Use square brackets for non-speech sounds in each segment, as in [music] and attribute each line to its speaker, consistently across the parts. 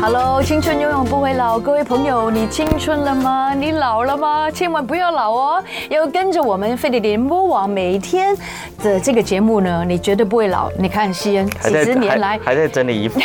Speaker 1: Hello，青春永远不会老，各位朋友，你青春了吗？你老了吗？千万不要老哦，要跟着我们飞碟联播网每天的这个节目呢，你绝对不会老。你看西恩
Speaker 2: 还
Speaker 1: 几
Speaker 2: 在
Speaker 1: 十年来
Speaker 2: 还，还在
Speaker 1: [laughs]
Speaker 2: 整理衣服。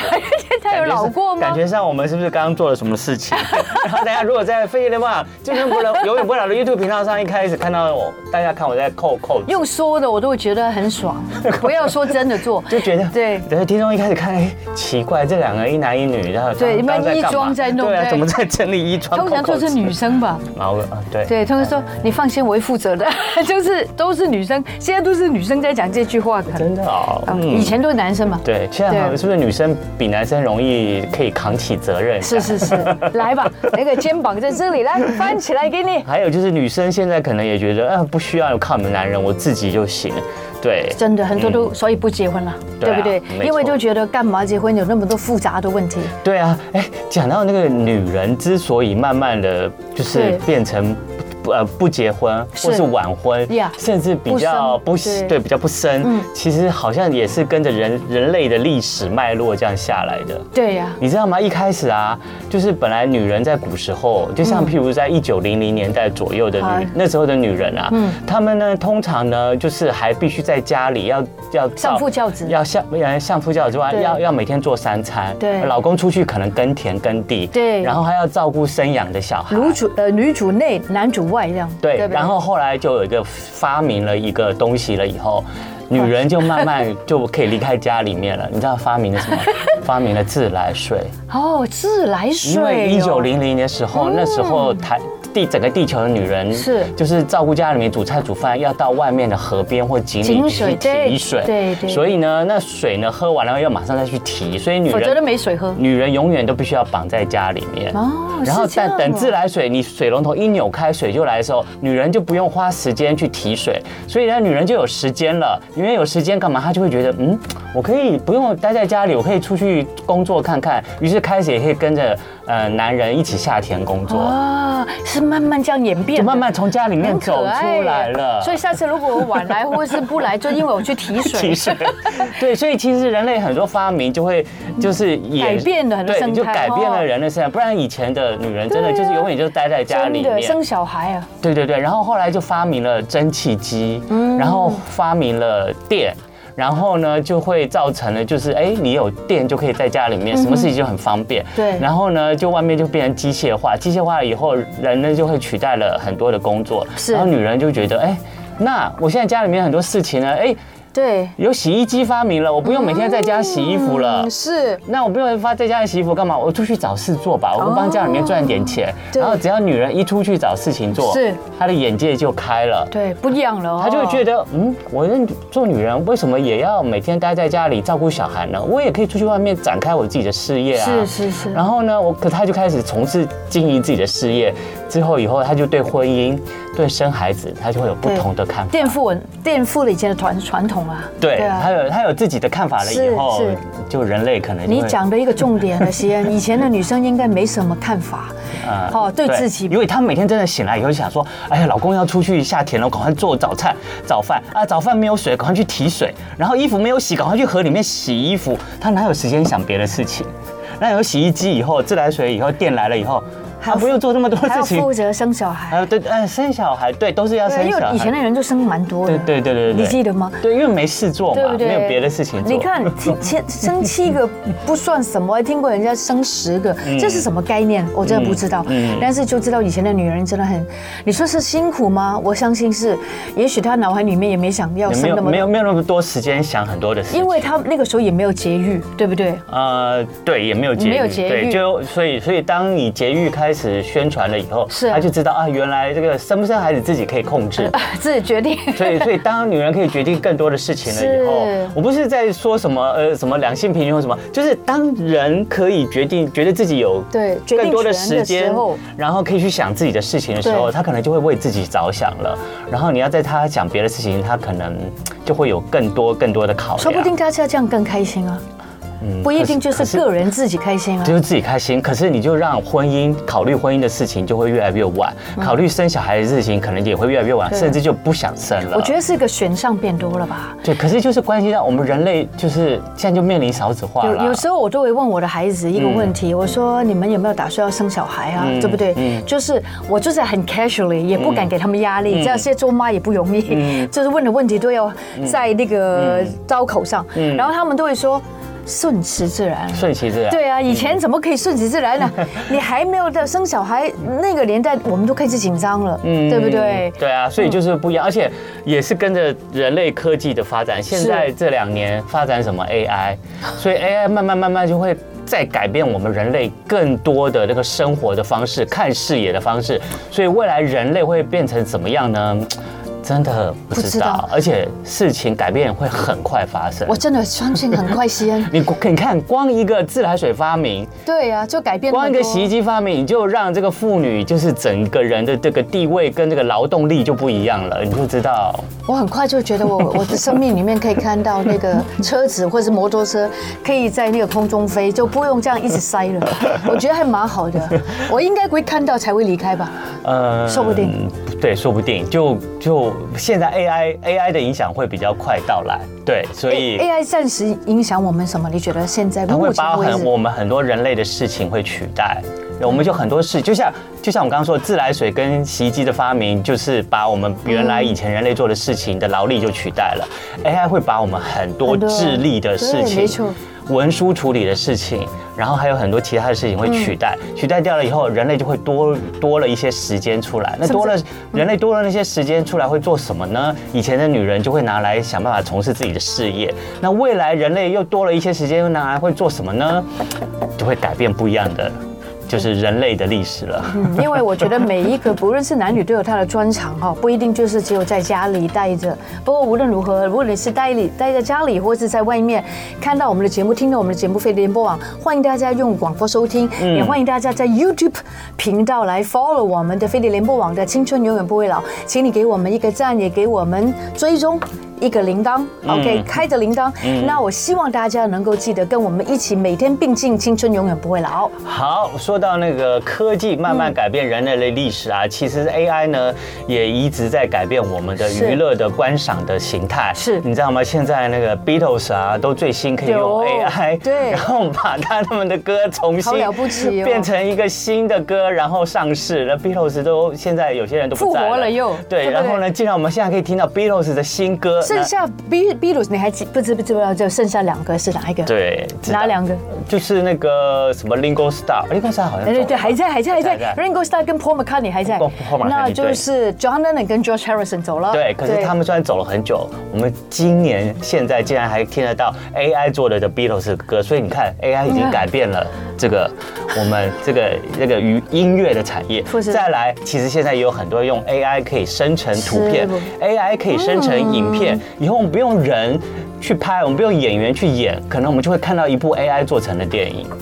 Speaker 1: 他有老过吗
Speaker 2: 感？觉上我们是不是刚刚做了什么事情？
Speaker 1: [laughs]
Speaker 2: 然后大家如果在飞碟联播网“青春 [laughs] 不老永远不老”的 YouTube 频道上，一开始看到我，大家看我在扣扣子，
Speaker 1: 用说的我都会觉得很
Speaker 2: [laughs]
Speaker 1: 爽，不要说真的做，
Speaker 2: 就觉得
Speaker 1: 对
Speaker 2: 对，听众一开始看，哎，奇怪，这两个一男一女，然后
Speaker 1: 对
Speaker 2: 刚刚
Speaker 1: 一般衣
Speaker 2: 干嘛
Speaker 1: 装在弄
Speaker 2: 对啊，
Speaker 1: 对
Speaker 2: 怎么在整理衣装？
Speaker 1: 通常都是女生吧。
Speaker 2: 毛啊，对
Speaker 1: 对，他们说你放心，我会负责的， [laughs] 就是都是女生，现在都是女生在讲这句话，可能
Speaker 2: 真的嗯哦，
Speaker 1: 啊以前都是男生嘛。
Speaker 2: 对，现在好像
Speaker 1: 对
Speaker 2: 是不是女生比男生容易可以扛起责任？
Speaker 1: 是啊是 [laughs] 是，来吧，那个肩膀在这里， [laughs] 来翻起来给你。
Speaker 2: 还有就是女生现在可能也觉得，啊，不需要靠你们男人，我自己就行。对，
Speaker 1: 真的很多都所以不结婚了，
Speaker 2: 嗯对
Speaker 1: 对
Speaker 2: 啊
Speaker 1: 不对
Speaker 2: 没？错
Speaker 1: 因为就觉得干嘛结婚有那么多复杂的问题，
Speaker 2: 对啊，哎，讲到那个女人之所以慢慢的就是
Speaker 1: 对
Speaker 2: 变成不呃不结婚
Speaker 1: 是
Speaker 2: 或是晚婚
Speaker 1: Yeah，
Speaker 2: 甚至比较
Speaker 1: 不
Speaker 2: 不
Speaker 1: 生对嗯
Speaker 2: 对比较不生，其实好像也是跟着人人类的历史脉络这样下来的。
Speaker 1: 对呀、
Speaker 2: 你知道吗？一开始啊，就是本来女人在古时候，就
Speaker 1: 嗯
Speaker 2: 像譬如在一九零零年代左右的
Speaker 1: 好
Speaker 2: 女，那时候的女人啊，
Speaker 1: 嗯
Speaker 2: 她们呢通常呢就是还必须在家里要要
Speaker 1: 相夫教子
Speaker 2: 要相呃相夫教子之外，
Speaker 1: 对
Speaker 2: 要要每天做三餐，
Speaker 1: 对
Speaker 2: 老公出去可能耕田耕地，
Speaker 1: 对
Speaker 2: 然后还要照顾生养的小孩，
Speaker 1: 女主呃女主内，男主外这样，
Speaker 2: 对，
Speaker 1: 不
Speaker 2: 然后后来就有一个发明了一个东西了以后。女人就慢慢就可以离开家里面了，你知道发明了什么？发明了自来水。
Speaker 1: 哦自来水哦，
Speaker 2: 因为一九零零年时候，那时候台地整个地球的女人
Speaker 1: 是
Speaker 2: 就是照顾家里面煮菜煮饭，要到外面的河边或井
Speaker 1: 井
Speaker 2: 里
Speaker 1: 水
Speaker 2: 去
Speaker 1: 对
Speaker 2: 提水，
Speaker 1: 对对
Speaker 2: 所以呢，那水呢喝完了要马上再去提，所以女
Speaker 1: 否则都
Speaker 2: 人
Speaker 1: 没水喝。
Speaker 2: 女人永远都必须要绑在家里面。
Speaker 1: 哦，
Speaker 2: 然后
Speaker 1: 是这样
Speaker 2: 但
Speaker 1: 哦
Speaker 2: 等自来水，你水龙头一扭开，水就来的时候，女人就不用花时间去提水，所以呢，女人就有时间了。女人有时间干嘛？她就会觉得，嗯，我可以不用待在家里，我可以出去工作看看。于是开始也可以跟着呃男人一起下田工作，
Speaker 1: 哦，是慢慢这样演变
Speaker 2: 就
Speaker 1: 的，
Speaker 2: 慢慢从家里面
Speaker 1: 很可
Speaker 2: 走
Speaker 1: 爱
Speaker 2: 出来了。
Speaker 1: 所以下次如果我晚来或是不来，就因为我去提水
Speaker 2: [laughs] 提。水，
Speaker 1: [laughs]
Speaker 2: 对，所以其实人类很多发明就会就是也
Speaker 1: 改变了很多
Speaker 2: 对
Speaker 1: 生态
Speaker 2: 就改变
Speaker 1: 哦啊
Speaker 2: 了人的生态，不然以前的女人真的就是永远就待在家里
Speaker 1: 真的
Speaker 2: 面，
Speaker 1: 生小孩啊，
Speaker 2: 对对对，然后后来就发明了蒸汽机，
Speaker 1: 嗯
Speaker 2: 然后发明了电。然后呢，就会造成了，就是哎，你有电就可以在家里面，什么事情就很方便。
Speaker 1: 嗯对
Speaker 2: 然后呢，就外面就变成机械化，机械化了以后，人呢就会取代了很多的工作。
Speaker 1: 是
Speaker 2: 然后女人就觉得，哎，那我现在家里面很多事情呢，哎，
Speaker 1: 对，
Speaker 2: 有洗衣机发明了，我不用每天在家洗衣服了。
Speaker 1: 嗯是
Speaker 2: 那我不用发在家里洗衣服干嘛？我出去找事做吧，我们帮家里面赚点钱。
Speaker 1: 哦对
Speaker 2: 然后只要女人一出去找事情做，
Speaker 1: 是
Speaker 2: 她的眼界就开了。
Speaker 1: 对，不一样了哦。
Speaker 2: 她就会觉得，嗯，我认做女人为什么也要每天待在家里照顾小孩呢？我也可以出去外面展开我自己的事业啊。
Speaker 1: 是是是，
Speaker 2: 然后呢，我可她就开始从事经营自己的事业，之后以后她就对婚姻、对生孩子，她就会有不同的看法。
Speaker 1: 颠覆我颠覆了以前的传传统啊。
Speaker 2: 对，她
Speaker 1: 啊。
Speaker 2: 有她有自己的看法了以
Speaker 1: 是
Speaker 2: 后
Speaker 1: 是，
Speaker 2: 就人类可能就
Speaker 1: 你
Speaker 2: 会
Speaker 1: 讲的一个重点的西恩，以前的女生应该没什么看
Speaker 2: [laughs]
Speaker 1: 法，
Speaker 2: 呃
Speaker 1: 哦，对自己
Speaker 2: 因为她每天真的醒来以后就想说，哎呀，老公要出去下田了，赶快做早餐、早饭啊，早饭没有水，赶快去提水，然后衣服没有洗，赶快去河里面洗衣服，她哪有时间想别的事情？那有洗衣机以后，自来水以后，电来了以后，
Speaker 1: 要
Speaker 2: 她不用做这么多
Speaker 1: 还
Speaker 2: 事
Speaker 1: 要
Speaker 2: 情
Speaker 1: 负。责生小孩。
Speaker 2: 还有对，哎，生小孩，对，都是要
Speaker 1: 对，啊
Speaker 2: 生
Speaker 1: 因
Speaker 2: 小
Speaker 1: 为
Speaker 2: 孩。
Speaker 1: 以前的人就生蛮多的。
Speaker 2: 对对对对对，
Speaker 1: 你记得吗？
Speaker 2: 对，因为没事做
Speaker 1: 对
Speaker 2: 嘛，
Speaker 1: 不对？
Speaker 2: 没有别的事情做。
Speaker 1: 你
Speaker 2: [laughs]
Speaker 1: 看，听前生七个不算什么，还听过人家生十个，
Speaker 2: 嗯
Speaker 1: 这是什么概念？我真的不知道。但是就知道以前的女人真的很，你说是辛苦吗？我相信是，也许她脑海里面也没想要
Speaker 2: 有
Speaker 1: 生
Speaker 2: 没
Speaker 1: 那
Speaker 2: 有
Speaker 1: 么
Speaker 2: 没有
Speaker 1: 多，
Speaker 2: 没有那么多时间想很多的事情？
Speaker 1: 因为她那个时候也没有节育，对不对？
Speaker 2: 呃，对，也没有节育，
Speaker 1: 没有节育
Speaker 2: 对，就所以所以当你节育开始宣传了以后，
Speaker 1: 是
Speaker 2: 他就知道啊，原来这个生不生孩子自己可以
Speaker 1: [laughs]
Speaker 2: 控制。
Speaker 1: 自己决定。
Speaker 2: 所以，所以当女人可以决定更多的事情了以后
Speaker 1: 是，
Speaker 2: 我不是在说什么呃什么两性平权或什么，就是当人可以决定，觉得自己有
Speaker 1: 对决定
Speaker 2: 更多的
Speaker 1: 权的
Speaker 2: 时
Speaker 1: 时
Speaker 2: 间
Speaker 1: 候，
Speaker 2: 然后可以去想自己的事情的时候，
Speaker 1: 对
Speaker 2: 她可能就会为自己着想了。然后你要在她想别的事情，她可能就会有更多更多的考量。
Speaker 1: 说不定大家这样更开心啊！不一定就是个人自己开心啊
Speaker 2: 就。是自己开心，可是你就让婚姻考虑婚姻的事情就会越来越晚，考虑生小孩的事情可能也会越来越晚，
Speaker 1: 嗯对
Speaker 2: 甚至就不想生了。
Speaker 1: 我觉得是一个选项变多了吧。
Speaker 2: 对，可是就是关系到我们人类就是现在就面临少子化
Speaker 1: 有
Speaker 2: 了。
Speaker 1: 有时候我都会问我的孩子一个问题，我说你们有没有打算要生小孩啊？对不对？就是我就是很 casually，也不敢给他们压力，这样现在做妈也不容易， [laughs] 就是问的问题都要在那个刀口上，然后他们都会说顺其自然。
Speaker 2: 顺其自然。
Speaker 1: 对啊，以前怎么可以顺其自然
Speaker 2: [laughs]
Speaker 1: 呢？你还没有到生小孩那个年代，我们都开始紧张了，
Speaker 2: 嗯
Speaker 1: 对不对？
Speaker 2: 对啊，所以就是不一样，而且也是跟着人类科技的发展。现在这两年发展什么 AI，所以 AI 慢慢慢慢就会再改变我们人类更多的那个生活的方式、看视野的方式。所以未来人类会变成怎么样呢？真的不
Speaker 1: 不
Speaker 2: 知
Speaker 1: 知
Speaker 2: 道
Speaker 1: 道，
Speaker 2: 而且事情改变会很快发生，
Speaker 1: 我。真的相信很快西安
Speaker 2: [laughs] 你你看，光一个自来水发明，
Speaker 1: 对啊，就改变
Speaker 2: 光一个洗衣
Speaker 1: 机，
Speaker 2: 机发明，你就让这个妇女就是整个人的这个地位跟这个劳动力就不一样了，你就知道。
Speaker 1: 我很快就觉得
Speaker 2: [laughs]
Speaker 1: 我我的生命里面可以看到那个车子或者是摩托车可以在那个空中飞，就不用这样一直塞
Speaker 2: [laughs]
Speaker 1: 了。我觉得还蛮好的，我应该会看到才会离开吧。
Speaker 2: 呃
Speaker 1: 说不定，
Speaker 2: 对，说不定就就现在 AI AI 的影响会比较快到来，对，所以
Speaker 1: A I 暂时影响我们什么？你觉得现在
Speaker 2: 它
Speaker 1: 目
Speaker 2: 会
Speaker 1: 前
Speaker 2: 把
Speaker 1: 为
Speaker 2: 很
Speaker 1: 止
Speaker 2: 我们很多人类的事情会取代。我们就很多事，就像就像我刚刚说，自来水跟洗衣机的发明，就是把我们原来以前人类做的事情的劳力就取代了。AI 会把我们很多
Speaker 1: 很多
Speaker 2: 智力的事
Speaker 1: 对没错
Speaker 2: 情、文书处理的事情，然后还有很多其他的事情会取
Speaker 1: 嗯
Speaker 2: 代。取代掉了以后，人类就会多多了一些时间出来。那
Speaker 1: 是不
Speaker 2: 多
Speaker 1: 是嗯
Speaker 2: 了人类多了那些时间出来会做什么呢？以前的女人就会拿来想办法从事自己的事业，那未来人类又多了一些时间，又拿来会做什么呢？就会改变不一样的，就是人类的历史了。
Speaker 1: 嗯因为我觉得每一个，不论是男女，都有他的专长哈，不一定就是只有在家里待着。不过无论如何，无论你是待里待在家里，或是在外面看到我们的节目，听到我们的节目飞碟联播网，欢迎大家用广播收听，也欢迎大家在 YouTube 频道来 follow 我们的飞碟联播网的《青春永远不会老》，请你给我们一个赞，也给我们追踪。一个铃铛，OK，、开着铃铛。那我希望大家能够记得跟我们一起每天并进，青春永远不会老。
Speaker 2: 好，说到那个科技慢慢改变人类的历
Speaker 1: 嗯
Speaker 2: 史啊，其实 AI 呢也一直在改变我们的
Speaker 1: 是
Speaker 2: 娱乐的观赏的形态。
Speaker 1: 是
Speaker 2: 你知道吗？现在那个 Beatles 啊，都最新可以用
Speaker 1: 有
Speaker 2: AI，
Speaker 1: 对
Speaker 2: 然后把他他们的歌重
Speaker 1: 好
Speaker 2: 新
Speaker 1: 了不起哦
Speaker 2: 变成一个新的歌，然后上市。那 Beatles 都现在有些人都不在
Speaker 1: 复活了又对
Speaker 2: 对，
Speaker 1: 不对
Speaker 2: 然后呢，竟然我们现在可以听到 Beatles 的新歌，
Speaker 1: 剩下 B B 鲁，你还记不知不知不知道就剩下两个是哪一个？
Speaker 2: 那，对知道
Speaker 1: 哪两个？哎
Speaker 2: 就是那个什么 Lingo Star，Lingo Star 好像
Speaker 1: 对对对，
Speaker 2: 走了
Speaker 1: 还在还在还
Speaker 2: 还在
Speaker 1: 在，Ringo Starr 跟 Paul McCartney 还在
Speaker 2: Paul- Paul McCartney，
Speaker 1: 那就是 John Lennon 跟 George Harrison 走了。
Speaker 2: 对，可是他们虽然走了很久，我们今年现在竟然还听得到 AI 做的的 Beatles 的歌，所以你看 AI 已
Speaker 1: 嗯
Speaker 2: 经改变了这个我们这个这个娱音乐的产业
Speaker 1: 不。是
Speaker 2: 再来，其实现在也有很多用 AI 可以生成图片
Speaker 1: 是哦
Speaker 2: ，AI 可以生成影片，以后我们不用人去拍，我们不用演员去演，可能我们就会看到一部 AI 做成的电影。 [laughs]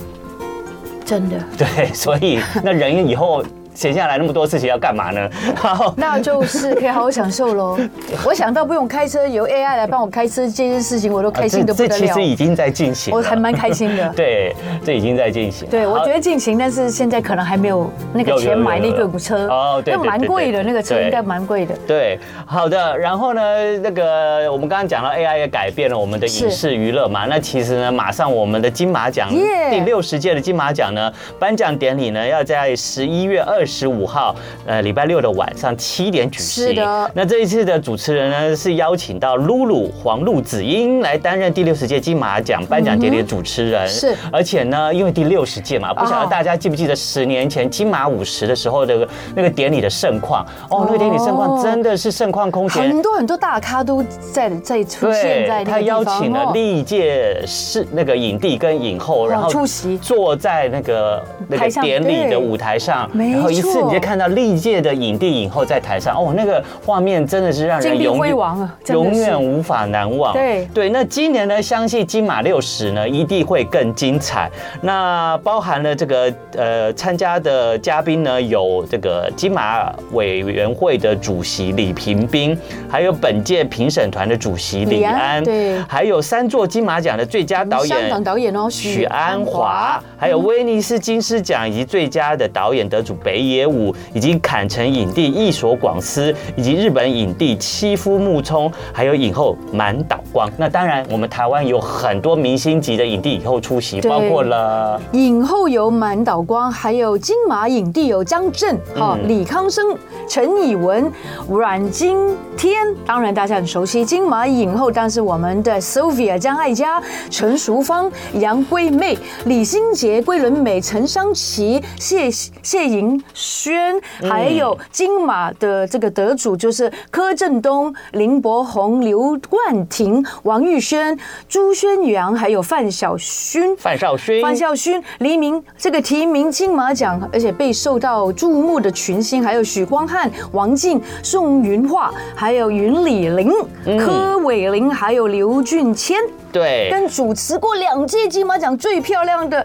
Speaker 1: 真的，
Speaker 2: 对，所以那人以后闲下来那么多事情要干嘛
Speaker 1: [laughs]
Speaker 2: 呢？然后
Speaker 1: 那就是可以好好享受
Speaker 2: [laughs]
Speaker 1: 喽。我想到不用开车，由 AI 来帮我开车这件事情，我都开心
Speaker 2: 这
Speaker 1: 的不
Speaker 2: 啊 [laughs] 这
Speaker 1: 得
Speaker 2: 其
Speaker 1: 了
Speaker 2: 实，已经在进行了，
Speaker 1: 我还蛮开心
Speaker 2: [laughs]
Speaker 1: 的。
Speaker 2: 对，这已经在进行了。
Speaker 1: 对，我
Speaker 2: 好
Speaker 1: 觉得进行，但是现在可能还没有那
Speaker 2: 有
Speaker 1: 个
Speaker 2: 有
Speaker 1: 钱
Speaker 2: 有
Speaker 1: 买
Speaker 2: 有
Speaker 1: 那
Speaker 2: 有
Speaker 1: 个车，
Speaker 2: 哦对
Speaker 1: 那
Speaker 2: 对对
Speaker 1: 蛮
Speaker 2: 对
Speaker 1: 贵的，那个车
Speaker 2: 对
Speaker 1: 应该蛮贵的。
Speaker 2: 对，好的。然后呢，那个我们刚刚讲到 AI 也改变了我们的影
Speaker 1: 是
Speaker 2: 视娱乐嘛。那其实呢，马上我们的金马奖
Speaker 1: Yeah
Speaker 2: 第六十届的金马奖呢，颁奖典礼呢要在十一月二十五号，呃，礼拜六的晚上七点举行。
Speaker 1: 是的
Speaker 2: 那这一次的主持人呢是邀请到露露黄露子英来担任第六十届金马奖颁奖典礼的主持人。
Speaker 1: 嗯是
Speaker 2: 而且呢，因为第六十届嘛，不晓得
Speaker 1: 哦
Speaker 2: 大家记不记得十年前金马五十的时候的那个典礼的盛况哦，那个典礼盛况
Speaker 1: 哦
Speaker 2: 真。真的是盛况空前
Speaker 1: 很。多很多大咖都在在出现在那
Speaker 2: 他
Speaker 1: 个地
Speaker 2: 邀
Speaker 1: 方
Speaker 2: 请了
Speaker 1: 哦
Speaker 2: 历届是那个影帝跟影后，然后
Speaker 1: 出席
Speaker 2: 坐在那个那个
Speaker 1: 台上
Speaker 2: 典礼的
Speaker 1: 对
Speaker 2: 舞台上，
Speaker 1: 没
Speaker 2: 然后一一次你就看到历届的影帝影后在台上，哦，那个画面真的是让人
Speaker 1: 金碧
Speaker 2: 永
Speaker 1: 辉
Speaker 2: 远
Speaker 1: 煌啊真的
Speaker 2: 永
Speaker 1: 是
Speaker 2: 远无法难忘。
Speaker 1: 对
Speaker 2: 对，那今年呢，相信金马六十呢一定会更精彩。那包含了这个呃参加的嘉宾呢，有这个金马委员会的主席李平冰，还有本届评审团的主席
Speaker 1: 李
Speaker 2: 李
Speaker 1: 安
Speaker 2: 安，
Speaker 1: 对
Speaker 2: 还有三座金马奖的最佳导演
Speaker 1: 香港导演哦，
Speaker 2: 许鞍华，还有威尼斯金狮奖以及最佳的导演得主北野武，以及坎城影帝一所广司，以及日本影帝七夫木聪，还有影后满岛光。那当然，我们台湾有很多明星级的影帝影后出席，
Speaker 1: 对
Speaker 2: 包括了
Speaker 1: 影后有满岛光，还有金马影帝有张震、哈、
Speaker 2: 嗯
Speaker 1: 李康生、陈以文、阮经天，当然大家很熟悉金马影后，但是我们的 Sylvia 张艾嘉、陈淑芳、杨贵媚、李心洁、桂纶镁、陈商琪、谢谢盈萱，还有金马的这个得主就是柯震东、林柏宏、刘冠廷、王玉轩、朱宣阳，还有范晓萱。
Speaker 2: 范少勋。
Speaker 1: 范孝勋、黎明这个提名金马奖，而且被受到注目的群星，还有许光汉、王静、宋云桦，还有云里玲、柯伟玲，还有刘俊谦，
Speaker 2: 对，
Speaker 1: 跟主持过两届金马奖最漂亮的。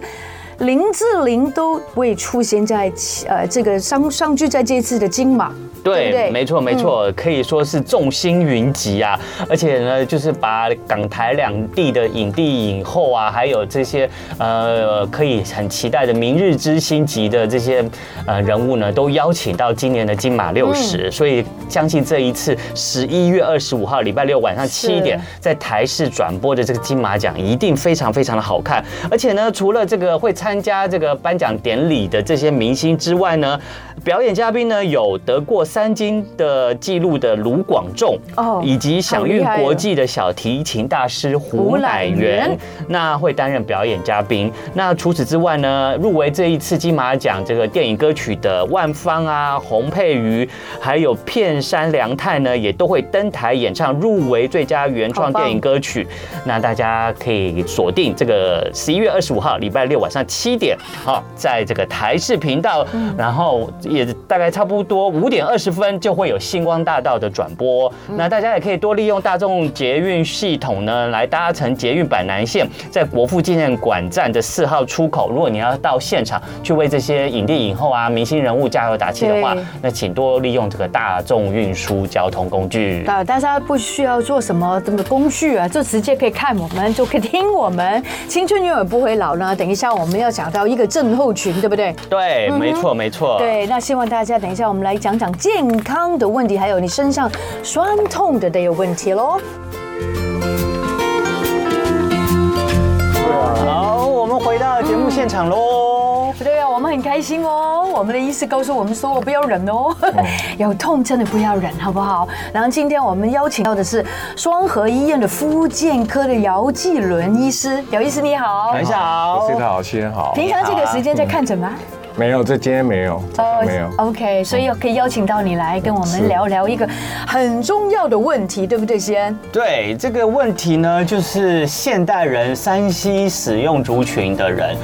Speaker 1: 林志玲都未出现在呃这个上上剧在这一次的金马，对不对嗯
Speaker 2: 没错没错，可以说是众星云集啊！而且呢，就是把港台两地的影帝影后啊，还有这些呃可以很期待的明日之星级的这些呃人物呢，都邀请到今年的金马六十、
Speaker 1: 嗯
Speaker 2: 所以相信这一次十一月二十五号礼拜六晚上七点
Speaker 1: 是，
Speaker 2: 在台视转播的这个金马奖一定非常非常的好看。而且呢，除了这个会参加这个颁奖典礼的这些明星之外呢，表演嘉宾呢有得过三金的纪录的卢广仲，
Speaker 1: 哦
Speaker 2: 以及享誉
Speaker 1: 好厉害哦
Speaker 2: 国际的小提琴大师
Speaker 1: 胡
Speaker 2: 胡乃
Speaker 1: 乃
Speaker 2: 元
Speaker 1: 元，
Speaker 2: 那会担任表演嘉宾。那除此之外呢，入围这一次金马奖这个电影歌曲的万芳啊、洪佩瑜，还有片山良太呢，也都会登台演唱入围最佳原创
Speaker 1: 好棒哦
Speaker 2: 电影歌曲。那大家可以锁定这个十一月二十五号礼拜六晚上七点，好，在这个台视频道，
Speaker 1: 嗯
Speaker 2: 然后也大概差不多五点二十分就会有星光大道的转播。
Speaker 1: 嗯
Speaker 2: 那大家也可以多利用大众捷运系统呢，来搭乘捷运板南线，在国父纪念馆站的四号出口。如果你要到现场去为这些影帝影后啊、明星人物加油打气的话
Speaker 1: 对，
Speaker 2: 那请多利用这个大众运输交通工具。
Speaker 1: 啊，大家不需要做什么这么工具啊，就直接可以看我们，就可以听我们。青春永远不会老呢。等一下我们要讲到一个症候群，对不对？
Speaker 2: 对，没错，没错。。
Speaker 1: 嗯对，那希望大家等一下我们来讲讲健康的问题，还有你身上酸痛的的有问题喽。
Speaker 2: 好，我们回到节目现场喽。
Speaker 1: 对啊，我们很开心哦。我们的医师告诉我们说，不要忍哦， [laughs] 有痛真的不要忍，好不好？然后今天我们邀请到的是双河医院的复健科的姚继伦医师，姚医师你好。
Speaker 3: 哎
Speaker 2: 等一下好
Speaker 3: 我是好，先好。
Speaker 1: 平常这个时间在看诊吗？哦
Speaker 3: 没有，这今天没有，早上嗯没有。
Speaker 1: OK，所以可以邀请到你来跟我们
Speaker 3: 是
Speaker 1: 聊聊一个很重要的问题，对不对，西安？
Speaker 2: 对这个问题呢，就是现代人、山西使用族群的人，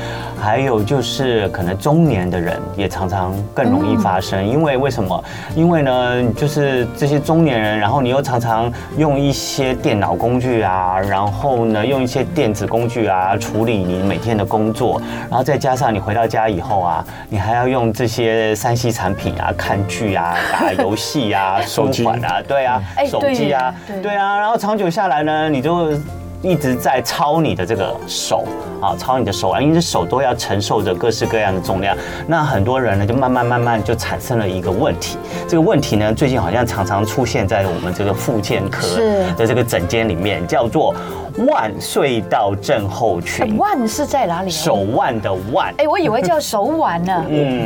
Speaker 2: 还有就是可能中年的人，也常常更容易发
Speaker 1: 嗯
Speaker 2: 生。因为为什么？因为呢，就是这些中年人，然后你又常常用一些电脑工具啊，然后呢，用一些电子工具啊，处理你每天的工作，然后再加上你回到家以后啊，你还要用这些山西产品啊，看剧啊，打游戏啊，舒
Speaker 3: 手机
Speaker 2: 缓啊，对啊
Speaker 1: 哎，
Speaker 2: 手机啊
Speaker 1: 对，
Speaker 2: 对啊。啊，然后长久下来呢，你就一直在操你的这个手啊，操你的手啊，因为手都要承受着各式各样的重量。那很多人呢，就慢慢慢慢就产生了一个问题，这个问题呢，最近好像常常出现在我们这个复健科
Speaker 1: 是
Speaker 2: 的这个诊间里面，叫做腕隧道症候
Speaker 3: [laughs]
Speaker 2: 群，
Speaker 1: 腕是哎在哪里、
Speaker 2: 哎
Speaker 1: 啊
Speaker 2: 手。腕的腕。
Speaker 1: 哎，我以为叫手腕呢。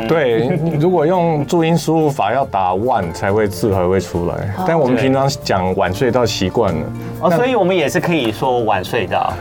Speaker 3: 对，如果用注音输入法要打万才会字才会出来，但我们
Speaker 2: 对
Speaker 3: 平常讲晚睡到习惯了。
Speaker 2: 哦，所以我们也是可以说腕隧道。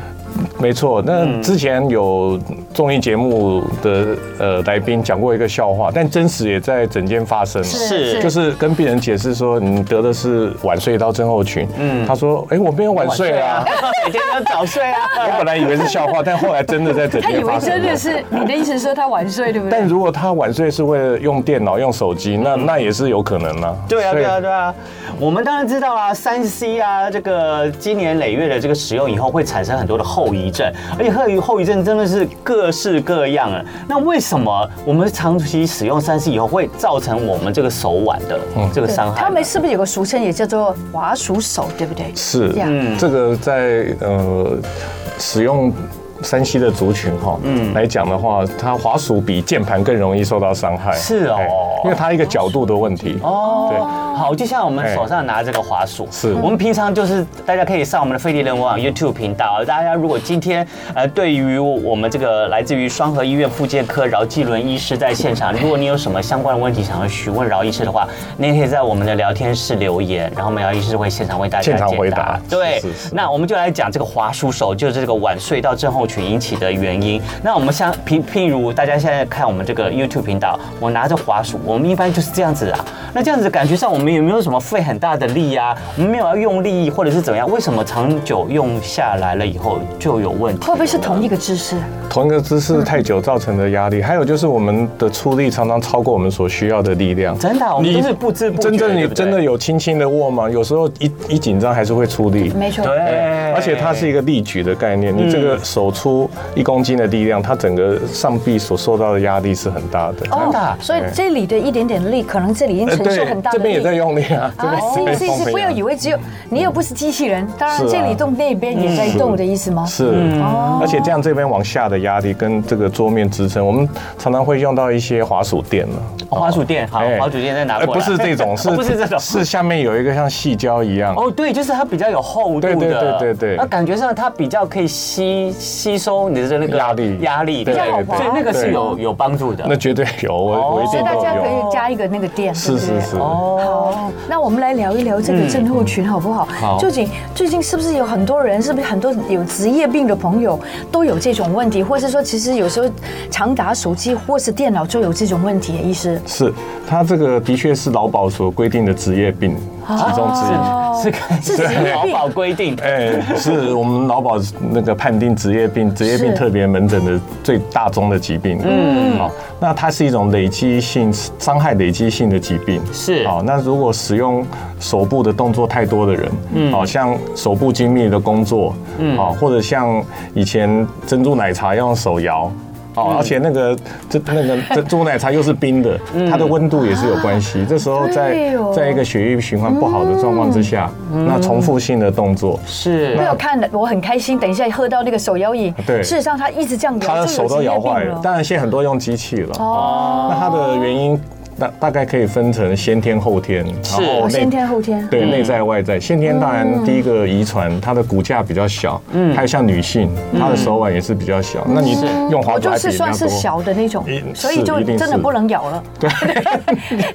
Speaker 3: 没错，那之前有综艺节目的呃来宾讲过一个笑话，但真实也在整间发生了。
Speaker 2: 是
Speaker 3: 就是跟病人解释说你得的是晚睡到症候群，嗯，他说，哎、我没有晚 [laughs] 睡
Speaker 2: [laughs]
Speaker 3: 啊，，
Speaker 2: 每天都早睡啊。
Speaker 3: 我本来以为是笑话，但后来真的在整
Speaker 1: 他以
Speaker 3: 间
Speaker 1: 为
Speaker 3: 发生
Speaker 1: 真
Speaker 3: 了
Speaker 1: 的。是你的意思，说他晚睡，对不
Speaker 3: 但
Speaker 1: 对？
Speaker 3: 如果他晚睡是为了用电脑、用手机，那那也是有可能啊。
Speaker 2: 嗯对啊，
Speaker 3: 所以
Speaker 2: 对啊，对啊，我们当然知道啦，三 C 啊，这个经年累月的这个使用以后，会产生很多的后遗症，而且后遗后遗症真的是各式各样啊。那为什么我们长期使用三 C 以后，会造成我们这个手腕的
Speaker 3: 嗯
Speaker 2: 这个伤害呢？
Speaker 1: 他们是不是有个俗称也叫做滑鼠手，对不对？
Speaker 3: 是，
Speaker 1: Yeah
Speaker 3: 嗯，这个在呃使用山西的族群哈，嗯，来讲的话，它滑鼠比键盘更容易受到伤害。
Speaker 2: 是哦
Speaker 3: 哎因为它一个角度的问题。
Speaker 2: 哦，好，就像我们手上拿这个滑鼠，
Speaker 3: 哎是嗯
Speaker 2: 我们平常就是大家可以上我们的飞碟人文网 YouTube 频道。大家如果今天呃，对于我们这个来自于双河医院复健科饶继伦医师在现场，如果你有什么相关的问题想要询问饶医师的话，你也可以在我们的聊天室留言，然后我们饶医师会现场为大家
Speaker 3: 现场
Speaker 2: 解
Speaker 3: 回答
Speaker 2: 对，
Speaker 3: 是是是
Speaker 2: 那我们就来讲这个滑鼠手，就是这个晚睡到症候群引起的原因。那我们像譬譬如大家现在看我们这个 YouTube 频道，我拿着滑鼠，我们一般就是这样子啊。那这样子感觉上我们也没有什么费很大的力啊，我们没有要用力或者是怎么样？为什么长久用下来了以后就有问题？
Speaker 1: 会不会是同一个姿势？
Speaker 3: 同一个姿势太久造成的压力，还有就是我们的出力常常超过我们所需要的力量。
Speaker 2: 真的啊、我们都是不知不觉，
Speaker 3: 真正
Speaker 2: 对
Speaker 3: 你
Speaker 2: 不对
Speaker 3: 真的有轻轻的握吗？有时候一一紧张还是会出力。
Speaker 1: 没错，
Speaker 2: 对，
Speaker 3: 而且它是一个力举的概念，你这个手出一公斤的力量，它整个上臂所受到的压力是很大的。
Speaker 2: 真的
Speaker 1: 哦
Speaker 2: 啊
Speaker 1: 所以这里的一点点力，可能这里已经
Speaker 3: 呃
Speaker 1: 承受很大的力。
Speaker 3: 这边也在用力啊，这
Speaker 1: 啊，
Speaker 3: 边
Speaker 1: 是
Speaker 3: 也在
Speaker 1: 是
Speaker 3: 用力啊
Speaker 1: 是，不要以为只有你又不是机器人，当然
Speaker 3: 是啊嗯
Speaker 1: 这里动那边也在动的意思吗？
Speaker 3: 是，
Speaker 1: 哦
Speaker 3: 而且这样这边往下的压力跟这个桌面支撑，我们常常会用到一些滑鼠垫了。
Speaker 2: 哦滑鼠垫，好，
Speaker 3: 哎
Speaker 2: 滑鼠垫再拿
Speaker 3: 呃
Speaker 2: 过来，
Speaker 3: 不是
Speaker 2: [laughs]
Speaker 3: 这种，是
Speaker 2: 哦不是这种，
Speaker 3: 是下面有一个像细胶一样。
Speaker 2: 哦，对，就是它比较有厚度的，
Speaker 3: 对对对对对
Speaker 2: 那感觉上它比较可以吸吸收你的那个
Speaker 3: 压力
Speaker 2: 压力，
Speaker 3: 对
Speaker 1: 比较好滑
Speaker 2: 所以那个是
Speaker 3: 对
Speaker 2: 有有帮助的。
Speaker 3: 那绝对有，我我一
Speaker 1: 所
Speaker 3: 定
Speaker 1: 以大
Speaker 3: 都
Speaker 1: 家可
Speaker 3: 有。
Speaker 1: 以加一个那个垫，对
Speaker 3: 是
Speaker 1: 不对
Speaker 3: 是是，
Speaker 2: 哦，
Speaker 1: 那我们来聊一聊这个症候群好不好？
Speaker 3: 嗯好
Speaker 1: 究竟最近是不是有很多人，是不是很多有职业病的朋友都有这种问题，或是说其实有时候常打手机或是电脑就有这种问题？医师，
Speaker 3: 是它这个的确是劳保所规定的职业病
Speaker 1: 哦
Speaker 3: 其中之一。
Speaker 2: 是看
Speaker 1: 是职业
Speaker 2: 劳
Speaker 1: 病
Speaker 2: 保规定，
Speaker 3: 哎，是我们劳保那个判定职业病、职业病
Speaker 1: 是
Speaker 3: 特别门诊的最大宗的疾病。嗯，好，那它是一种累积性伤害、累积性的疾病。
Speaker 2: 是
Speaker 3: 好，那如果使用手部的动作太多的人，嗯，好像手部精密的工作，嗯，好，或者像以前珍珠奶茶要用手摇。哦，而且那个这那个珍珠奶茶又是冰的，它的温度也是有关系。这时候在
Speaker 1: 对哦
Speaker 3: 在一个血液循环不好的状况之下，那重复性的动作，
Speaker 2: 是
Speaker 1: 我有看的，我很开心。等一下喝到那个手摇饮，
Speaker 3: 对
Speaker 1: 事实上他一直这样
Speaker 3: [laughs] 他
Speaker 1: 摇，
Speaker 3: 的
Speaker 1: 就
Speaker 3: 手
Speaker 1: 有
Speaker 3: 都
Speaker 1: 职业
Speaker 3: 摇坏
Speaker 1: 病
Speaker 3: 了。
Speaker 1: 了。
Speaker 3: 当然，现在很多用机器了。
Speaker 1: 哦，
Speaker 3: 那它的原因大大概可以分成先天、后天，
Speaker 2: 是
Speaker 3: 然
Speaker 1: 我
Speaker 3: 后内
Speaker 1: 哦先天嗯后天，
Speaker 3: 对内在外在。先天当然第一个遗传，它的骨架比较小，嗯，还有像女性，她的手腕也是比较小。那你用滑
Speaker 1: 我哦
Speaker 3: 鼠
Speaker 1: 就
Speaker 3: 还
Speaker 1: 嗯是
Speaker 3: 比较
Speaker 1: 算是
Speaker 3: 多。
Speaker 1: 小的那种
Speaker 3: 嗯，
Speaker 1: 所以
Speaker 3: 是
Speaker 1: 就
Speaker 3: 一定
Speaker 1: 真的
Speaker 3: 是
Speaker 1: 不能咬了。 [laughs] 对，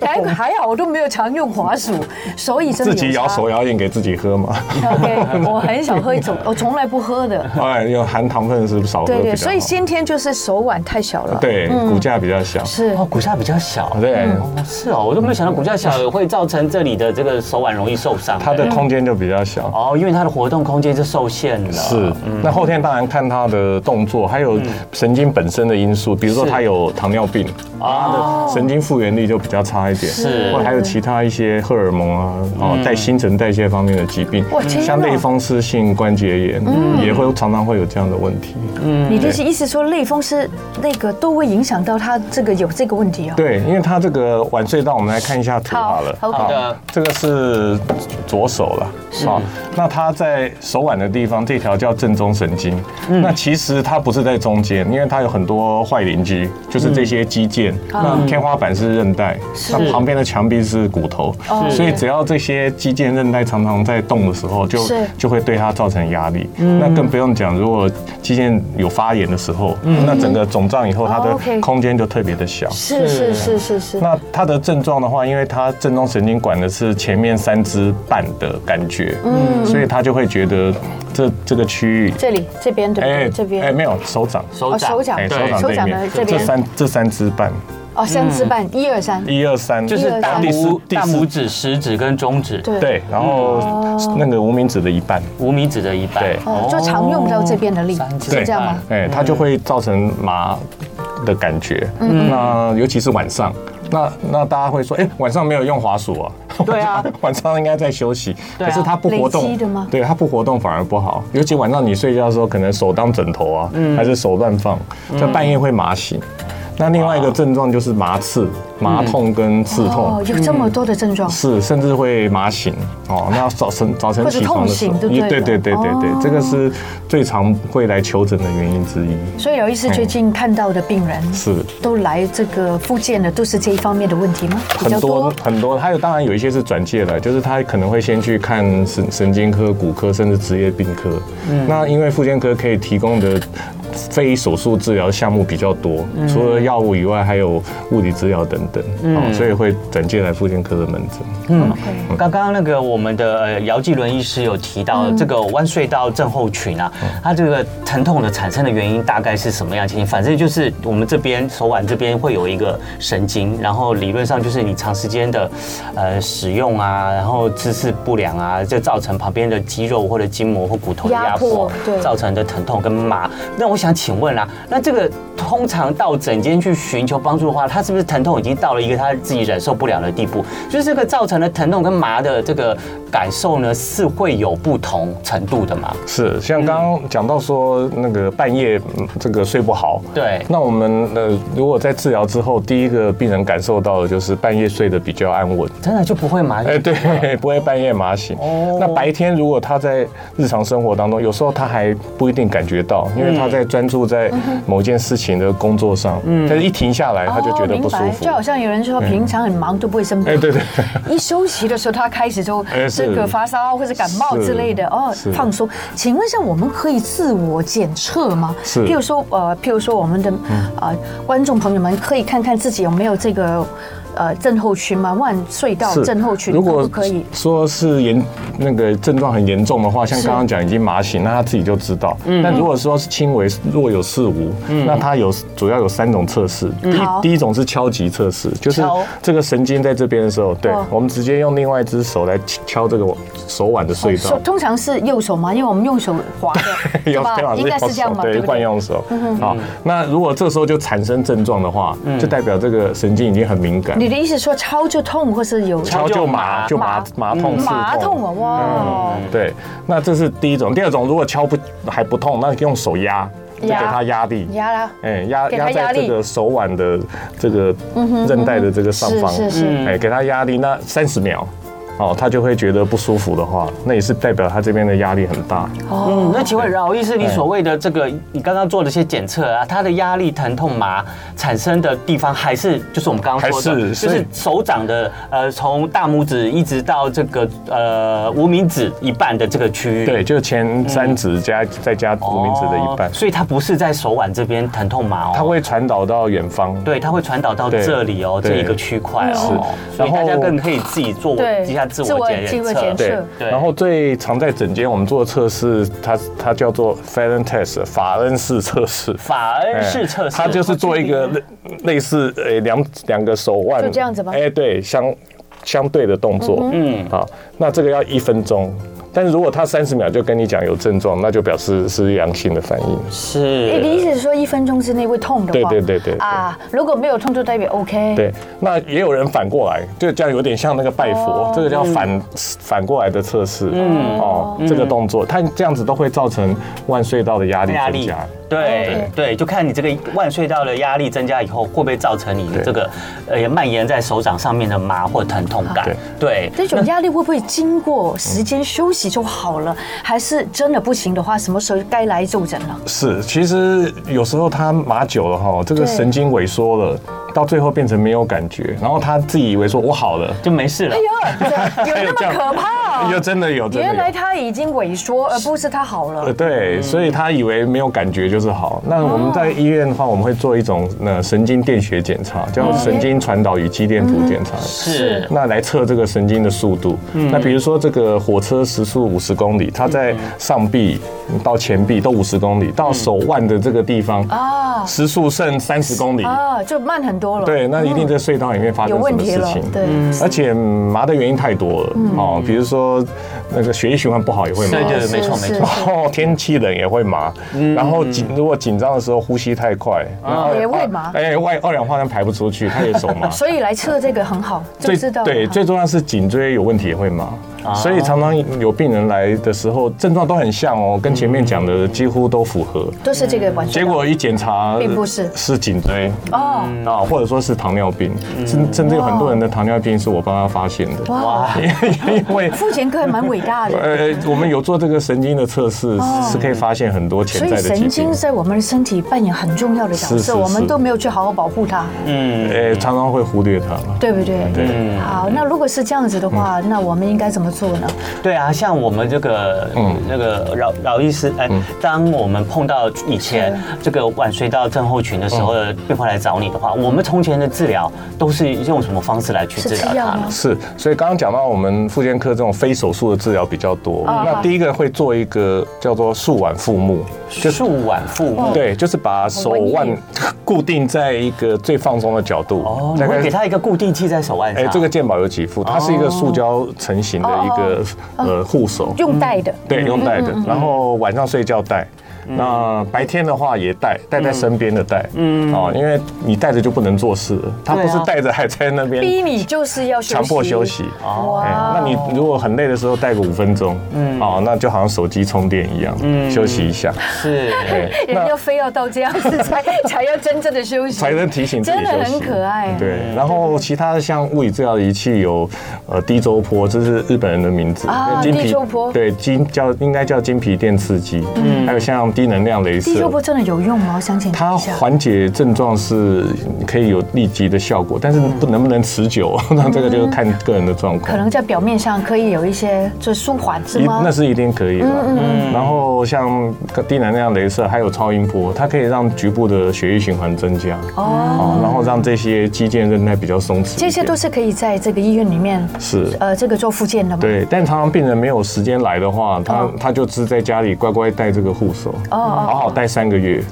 Speaker 1: 还还好我都没有常用滑鼠，所以真的
Speaker 3: 自己
Speaker 1: 有
Speaker 3: 摇
Speaker 1: 差
Speaker 3: 手摇饮给自己喝嘛， [laughs]
Speaker 1: OK，我 [laughs] 很少喝一种，我从来不喝的。
Speaker 3: 当然有哎含糖分是不是少喝比
Speaker 1: 对
Speaker 3: 较
Speaker 1: 对，
Speaker 3: 好？
Speaker 1: 所以先嗯天就是手腕太小了。，
Speaker 3: 对骨架比较小，
Speaker 1: 是
Speaker 2: 哦，骨架比较小，
Speaker 3: 对，
Speaker 1: 嗯
Speaker 2: 哦，是哦，我都没有想到骨架小也会造成这里的这个手腕容易受伤。
Speaker 3: 它的空间就比较小。
Speaker 2: 哦，因为它的活动空间是受限了，
Speaker 3: 是，那后天当然看他的动作，还有神经本身的因素，比如说
Speaker 2: 是
Speaker 3: 他有糖尿病，
Speaker 2: 啊
Speaker 3: 他
Speaker 1: 哦
Speaker 3: 的神经复原力就比较差一点，
Speaker 2: 是
Speaker 3: 或者还有其他一些荷尔蒙啊，哦，在新陈代谢方面的疾病
Speaker 1: 哇，天
Speaker 3: 像
Speaker 1: 哪
Speaker 3: 类风湿性关节炎也会常常会有这样的问题。
Speaker 1: 你的意思说类风湿那个都会影响到他这个有这个问题哦。
Speaker 3: 对，因为他这个晚睡到，我们来看一下图好了。
Speaker 1: 好
Speaker 2: 好的
Speaker 3: 这个是左手了，好，那它在手腕的地方，这条叫正中神经。
Speaker 1: 嗯
Speaker 3: 那其实它不是在中间，因为它有很多坏邻居，就是这些肌腱。
Speaker 1: 嗯
Speaker 3: 那天花板是韧带，那旁边的墙壁是骨头，
Speaker 1: 哦
Speaker 3: 所以只要这些肌腱、韧带常常在动的时候，就是就会对它造成压力。
Speaker 1: 嗯
Speaker 3: 那更不用讲，如果肌腱有发炎的时候，那整个肿胀以后，
Speaker 1: 嗯
Speaker 3: 它
Speaker 1: 哦
Speaker 3: 的
Speaker 1: ，OK
Speaker 3: 空间就特别的小。
Speaker 1: 是是是是是。
Speaker 3: 那它的症状的话，因为它正中神经管的是前面三支半的感觉，嗯，所以他就会觉得这这个区域，
Speaker 1: 这里这边对不对？这
Speaker 3: 哎
Speaker 1: 边
Speaker 3: 没有手掌，
Speaker 2: 手
Speaker 1: 哦
Speaker 2: 掌，
Speaker 1: 手掌
Speaker 3: 哎
Speaker 2: 对
Speaker 3: 手掌
Speaker 1: 手
Speaker 3: 对
Speaker 1: 掌的
Speaker 3: 面
Speaker 1: 这边
Speaker 3: 这三这三支半，
Speaker 1: 哦，三支半，一二三，
Speaker 3: 嗯一二三，
Speaker 2: 就是大
Speaker 3: 第四
Speaker 2: 拇
Speaker 3: 第
Speaker 2: 大
Speaker 3: 四
Speaker 2: 拇指、食指跟中指，
Speaker 1: 对
Speaker 3: 对，然后那个无名指的一半，
Speaker 2: 无名指的一半。
Speaker 3: 对
Speaker 1: 哦，就常用到这边的
Speaker 3: 哦
Speaker 1: 力，
Speaker 2: 三指
Speaker 1: 是这样吗？
Speaker 3: 哎，它就会造成麻的感觉。
Speaker 1: 嗯
Speaker 3: 那尤其是晚上，那那大家会说，哎，晚上没有用滑鼠啊？
Speaker 2: 对啊，
Speaker 3: [laughs] 晚上应该在休息。
Speaker 2: 对啊
Speaker 3: 可是它不活
Speaker 1: 累积
Speaker 3: 动
Speaker 1: 的吗
Speaker 3: 对，它不活动反而不好。尤其晚上你睡觉的时候，可能手当枕头啊，
Speaker 1: 嗯
Speaker 3: 还是手乱放，在半夜会麻醒。那另外一个症状就是麻刺、麻痛跟刺
Speaker 1: 哦
Speaker 3: 痛，。
Speaker 1: 有这么多的症状，
Speaker 3: 是，甚至会麻醒哦。那早晨早晨
Speaker 1: 或者
Speaker 3: 起床
Speaker 1: 痛
Speaker 3: 的时
Speaker 1: 醒
Speaker 3: 候，
Speaker 1: 就对了
Speaker 3: 对对对对对
Speaker 1: 哦，
Speaker 3: 这个是最常会来求诊的原因之一。
Speaker 1: 所以有意思，最近看到的病人
Speaker 3: 是
Speaker 1: 都来这个复健的，都是这一方面的问题吗？比较
Speaker 3: 很多
Speaker 1: 多。
Speaker 3: 很多，还有当然有一些是转介的，就是他可能会先去看神神经科、骨科，甚至职业病科。
Speaker 1: 嗯
Speaker 3: 那因为复健科可以提供的非手术治疗项目比较多，
Speaker 1: 嗯
Speaker 3: 除了药物以外，还有物理治疗等等，哦，所以会转介来复健科的门诊。
Speaker 2: 刚刚那个我们的呃姚继伦医师有提到这个弯隧道症候群啊，它这个疼痛的产生的原因大概是什么样的情形？反正就是我们这边手腕这边会有一个神经，然后理论上就是你长时间的呃使用啊，然后姿势不良啊，就造成旁边的肌肉或者筋膜或骨头的压
Speaker 1: 压
Speaker 2: 迫
Speaker 1: 迫，对
Speaker 2: 造成的疼痛跟麻。那我想请问啊，那这个通常到诊间去寻求帮助的话，他是不是疼痛已经到了一个他自己忍受不了的地步？就是这个造成的疼痛跟麻的这个感受呢，是会有不同程度的嘛？
Speaker 3: 是，像刚刚讲到说那个半夜嗯这个睡不好，
Speaker 2: 对
Speaker 3: 那我们呃如果在治疗之后，第一个病人感受到的就是半夜睡得比较安稳，
Speaker 2: 真的就不会麻？
Speaker 1: [laughs]
Speaker 3: 哎、对，不会半夜麻醒。
Speaker 2: 哦
Speaker 3: 那白天如果他在日常生活当中，有时候他还不一定感觉到，因为他在专注在某件事情的工作上，但是一停下来他就觉得不
Speaker 1: 嗯
Speaker 3: 舒
Speaker 1: 哦明白
Speaker 3: 服嗯
Speaker 1: 就。好像有人说平常很忙都不会生
Speaker 3: 哎、
Speaker 1: 病，
Speaker 3: 对对，
Speaker 1: 一休息的时候他开始就
Speaker 3: 哎是
Speaker 1: 这个发烧或者感冒之类的
Speaker 3: 是
Speaker 1: 哦
Speaker 3: 是，
Speaker 1: 放松。请问一下，我们可以自我检测吗？
Speaker 3: 是嗯
Speaker 1: 譬如说呃，譬如说我们的呃观众朋友们可以看看自己有没有这个呃症候群吗？万隧道
Speaker 3: 是
Speaker 1: 症候群
Speaker 3: 如
Speaker 1: 可
Speaker 3: 果
Speaker 1: 不可以？
Speaker 3: 说是严那个症状很严重的话，像刚刚讲已经麻醒，那他自己就知道。
Speaker 1: 嗯
Speaker 3: 但如果说是轻微，若有似无，那他有主要有三种测试。第
Speaker 1: 嗯
Speaker 3: 一
Speaker 1: 好
Speaker 3: 第一种是敲击测试，就是
Speaker 2: 敲
Speaker 3: 这个神经在这边的时候，对
Speaker 1: 哦
Speaker 3: 我们直接用另外一只手来敲这个手腕的隧道
Speaker 1: 哦手。通常是右手嘛，因为我们用手划的，对
Speaker 3: [laughs] 要
Speaker 1: 吧
Speaker 3: 最好
Speaker 1: 应该
Speaker 3: 用
Speaker 1: 是这样
Speaker 3: 手
Speaker 1: 嘛，
Speaker 3: 对，
Speaker 1: 对嗯不
Speaker 3: 惯
Speaker 1: 对？
Speaker 3: 用手。好，那如果这时候就产生症状的话，就代表这个神经已经很敏感
Speaker 1: 嗯你，的意思说超就痛，或是有
Speaker 3: 敲就麻，就麻麻痛、嗯刺
Speaker 1: 麻痛啊？哇！
Speaker 3: 对，那这是第一种。第二种，如果敲不还不痛，那用手压，就给
Speaker 1: 压
Speaker 3: 它压力。
Speaker 1: 压啦，
Speaker 3: 哎，压
Speaker 1: 给它
Speaker 3: 压
Speaker 1: 压
Speaker 3: 在
Speaker 1: 力嗯
Speaker 3: 这个手腕的这个韧带的这个上方，
Speaker 1: 是是是
Speaker 3: 哎，给它压力，那三十秒，哦，它就会觉得不舒服的话，那也是代表它这边的压力很大。哦
Speaker 2: 嗯，那请问饶医师，你所谓的这个你刚刚做的一些检测啊，它的压力、疼痛、麻产生的地方，还是就是我们刚刚说
Speaker 3: 还
Speaker 2: 的，
Speaker 3: 是
Speaker 2: 就
Speaker 3: 所以
Speaker 2: 是手掌的呃，从大拇指一直到这个呃无名指一半的这个区域。
Speaker 3: 对，就前三指加再加
Speaker 2: 嗯哦，
Speaker 3: 无名指的一半，
Speaker 2: 所以它不是在手腕这边疼痛麻哦，
Speaker 3: 它会传导到远方。
Speaker 2: 对，它会传导到
Speaker 3: 对
Speaker 2: 这里哦，
Speaker 3: 对
Speaker 2: 这一个区块哦，
Speaker 3: 是
Speaker 2: 所以大家
Speaker 3: 然后
Speaker 2: 更可以自己做
Speaker 1: 对
Speaker 2: 一下自
Speaker 1: 自
Speaker 2: 我
Speaker 1: 我
Speaker 2: 检
Speaker 1: 自我
Speaker 2: 测
Speaker 1: 检。
Speaker 3: 对
Speaker 1: 是，
Speaker 2: 对
Speaker 3: 然后最常在诊间我们做的测试，它它叫做 f a l e n test 法恩氏测试。
Speaker 2: 法恩式测试，
Speaker 3: 它哎就是做一个类
Speaker 2: 啊
Speaker 3: 类似诶两两个手腕
Speaker 1: 就这样子吗
Speaker 3: 哎、对，相相对的动作，嗯，好，那这个要一分钟。但是如果他三十秒就跟你讲有症状，那就表示是良性的反应。
Speaker 1: 你的
Speaker 2: 是
Speaker 1: 意思是说一分钟之内会痛的
Speaker 3: 对
Speaker 1: 话，
Speaker 3: 对对对对
Speaker 1: 啊，如果没有痛就代表 OK，，
Speaker 3: 对，那也有人反过来，就这样有点像那个拜佛，
Speaker 1: 哦
Speaker 3: 这个叫反、
Speaker 2: 嗯
Speaker 3: 反过来的测试。嗯，哦，这个动作，它这样子都会造成腕隧道的压力
Speaker 2: 压
Speaker 3: 增
Speaker 2: 力
Speaker 3: 加。，
Speaker 1: 哦
Speaker 2: 对对，就看你这个腕隧道的压力增加以后，会不会造成你的
Speaker 3: 对
Speaker 2: 这个呃蔓延在手掌上面的麻或疼痛感？对，
Speaker 1: 这种压力会不会经过时间休息就好了？还是真的不行的话，什么时候该来就诊了？
Speaker 3: 是，其实有时候他麻久了哈，这个
Speaker 1: 对
Speaker 3: 神经萎缩了，到最后变成没有感觉，然后他自己以为说我好了，
Speaker 1: 哎
Speaker 2: 就没事了
Speaker 1: 哎。呀，有那么可怕
Speaker 3: 有真的有，真的有
Speaker 1: 原来嗯它已经萎缩，而不是它好
Speaker 3: 呃，
Speaker 1: 了。
Speaker 3: 对，所以他以为没有感觉就是好。那我们在医院的话，我们会做一种呃神经电学检查，
Speaker 1: 哦
Speaker 3: 叫神经传导与肌电图检查。
Speaker 1: 嗯
Speaker 2: 是
Speaker 3: 那来测这个神经的速度。那比如说这个火车时速五十公里，它在上臂到前臂都五十公里，到手腕的这个地方
Speaker 1: 啊
Speaker 3: 时速剩三十公里。
Speaker 1: 啊，就慢很多了。
Speaker 3: 对，那一定在隧道里面发
Speaker 1: 哦有
Speaker 3: 生什
Speaker 1: 问
Speaker 3: 么
Speaker 1: 题
Speaker 3: 事
Speaker 1: 了
Speaker 3: 情？。
Speaker 1: 对，嗯
Speaker 3: 而且麻的原因太多了哦，比如说那个血液循环不好也会麻
Speaker 2: 对，对对，
Speaker 1: 是
Speaker 2: 没错
Speaker 1: 是
Speaker 2: 没错。
Speaker 3: 哦，天气冷也会麻，然后紧如果紧张的时候呼吸太快，然 [laughs] 后
Speaker 1: 也会麻。
Speaker 3: 哎，外二氧化碳排不出去，它也手麻
Speaker 1: [laughs] 所以来测这个很好，就知道
Speaker 3: 对，
Speaker 1: 了
Speaker 3: 最重要是颈椎有问题也会麻，所以常常有病人来的时候症状都很像哦，跟前面讲的几乎都符合。
Speaker 1: 都是这个晚上。
Speaker 3: 结果一检查，
Speaker 1: 啊并不是
Speaker 3: 是颈椎
Speaker 1: 哦，
Speaker 3: 啊，或者说是糖尿病，甚甚至有很多人的糖尿病是我帮他发现的，
Speaker 1: 嗯哇，
Speaker 3: [laughs]
Speaker 1: [laughs]
Speaker 3: 因为
Speaker 1: 妇产科还蛮伟大的。
Speaker 3: 呃，我们有做这个神经的测试，是可以发现很多
Speaker 1: 哦所
Speaker 3: 潜
Speaker 1: 以
Speaker 3: 在的疾
Speaker 1: 神经
Speaker 3: 病。
Speaker 1: 在我们身体扮演很重要的角
Speaker 3: 是是
Speaker 1: 色，我们
Speaker 3: 是
Speaker 1: 都没有去好好保护它，
Speaker 3: 呃，常常会忽略它嘛。
Speaker 1: 对不对？
Speaker 3: 嗯
Speaker 1: 对。好，那如果是这样子的话，那我们应该怎么做呢？
Speaker 2: 对啊，像我们这个、
Speaker 3: 嗯
Speaker 2: 那个饶饶医师，哎、当我们碰到以前这个晚睡到症候群的时候的
Speaker 3: 嗯
Speaker 2: 病患来找你的话，我们从前的治疗都是用什么方式来去
Speaker 1: 是
Speaker 2: 治
Speaker 1: 吃
Speaker 2: 疗
Speaker 1: 药
Speaker 2: 它
Speaker 1: 吗
Speaker 2: 呢？？
Speaker 3: 是，所以刚刚讲到我们妇健科这种非手术的治疗比较多。
Speaker 1: 哦
Speaker 3: 那第一个会做一个叫做束腕腹目，
Speaker 2: 束腕腹
Speaker 1: 哦
Speaker 2: 部。
Speaker 3: 对，就是把手
Speaker 1: 好
Speaker 3: 腕 [laughs]
Speaker 1: 文
Speaker 3: 固定在一个最放松的角度。
Speaker 2: 哦，你会给他一个固定器在手腕
Speaker 3: 哎，
Speaker 2: 上。
Speaker 3: 这个健保有给付，它是
Speaker 1: 哦
Speaker 3: 一个塑胶成型的一个呃护手，
Speaker 1: 用带的，
Speaker 3: 对，用带
Speaker 1: 嗯
Speaker 3: 的。然后晚上睡觉带。那白天的话也带，带在身边的带，嗯，哦，因为你带着就不能做事了，他不是
Speaker 2: 对啊
Speaker 3: 带着还在那边
Speaker 1: 逼你就是要休息
Speaker 3: [laughs] 强迫休。息。
Speaker 2: 哦，
Speaker 3: 哎
Speaker 1: 哇，
Speaker 3: 那你如果很累的时候带个五分钟，嗯，哦，那就好像手机充电一样，
Speaker 1: 嗯
Speaker 3: 休息一下，
Speaker 2: 是。
Speaker 3: 对，
Speaker 1: 人要非要到这样子 [laughs]
Speaker 3: [laughs]
Speaker 1: 才才要真正的休息，
Speaker 3: 才能提醒自己
Speaker 1: 真的
Speaker 3: 休息。嗯
Speaker 1: 很可爱。，嗯
Speaker 3: 对，然后其他的像物理治疗仪器有，呃，低周波，这是日本人的名字，
Speaker 1: 啊
Speaker 3: 金
Speaker 1: 低周波嗯
Speaker 3: 对，金叫应该叫金皮电刺激，还有像低能量镭
Speaker 1: 低周
Speaker 3: 射。
Speaker 1: 波真的有用吗？我想请教
Speaker 3: 它
Speaker 1: 一下。
Speaker 3: 缓解症状是可以有立即的效果，但是不能不能持久，那这个就是看个人的状况
Speaker 1: 可。能在表面上可以有一些就舒缓，是
Speaker 3: 一
Speaker 1: 吗？嗯
Speaker 3: 那是一定可以的。然后像低能量镭射，还有超音波，它可以让局部的血液循环增加，
Speaker 1: 哦，
Speaker 3: 哦，然后让这些肌腱韧带比较松弛一点。
Speaker 1: 这些都是可以在这个医院里面
Speaker 3: 是。
Speaker 1: 呃这个做复健的吗？
Speaker 3: 对，但常常病人没有时间来的话，他
Speaker 1: 哦
Speaker 3: 他就只在家里乖乖戴这个护手，
Speaker 1: 哦哦
Speaker 3: 好好戴三个月。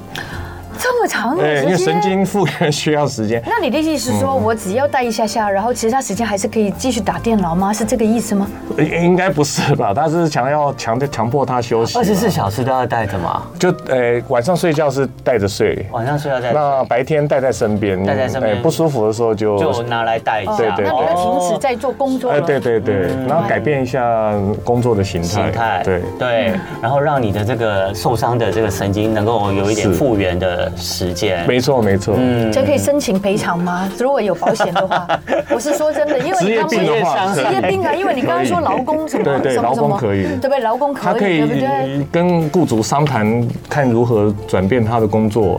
Speaker 1: 这么长的
Speaker 3: 哎，因为
Speaker 1: 时
Speaker 3: 神
Speaker 1: 间。
Speaker 3: 经复原需要时间。
Speaker 1: 那你的意思是
Speaker 3: 嗯
Speaker 1: 说，我只要带一下下，然后其他时间还是可以继续打电脑吗？是这个意思吗？
Speaker 3: 应应该不是吧？他是想要强强迫他休息
Speaker 2: [laughs]
Speaker 3: 吧。
Speaker 2: 二十四小时都要戴着嘛，
Speaker 3: 就呃晚上睡觉是戴着睡，
Speaker 2: 晚上睡觉戴着，
Speaker 3: 那白天戴在身边，
Speaker 2: 戴在身边
Speaker 3: 哎不舒服的时候就
Speaker 2: 就拿来戴一下。
Speaker 3: 哦对对
Speaker 1: 啊哦那你要
Speaker 3: 对
Speaker 1: 停止在做工作
Speaker 3: 哎，
Speaker 1: 了。
Speaker 3: 对对对，然后改变一下工作的形态，
Speaker 2: 嗯形态，
Speaker 3: 哦哎对。
Speaker 2: 对，然后让你的这个受伤的这个神经能够有一点
Speaker 3: 是
Speaker 2: 复原的时间。
Speaker 3: 没错，没错，
Speaker 2: 嗯
Speaker 1: 这可以申请赔偿吗？如果有保险的
Speaker 3: [laughs]
Speaker 1: 话，我是说真的，因为
Speaker 3: 职
Speaker 1: 你
Speaker 3: 业
Speaker 1: 刚不
Speaker 3: 病的话
Speaker 1: 职业病啊，因为你刚刚说
Speaker 3: 可以
Speaker 1: 劳工什么
Speaker 3: 对对
Speaker 1: 什么什
Speaker 3: 劳
Speaker 1: 么，
Speaker 3: 工可以
Speaker 1: 对不对？劳工可
Speaker 3: 他
Speaker 1: 以，
Speaker 3: 可
Speaker 1: 对不对？
Speaker 3: 以跟雇主商谈，看如何转变他的工作，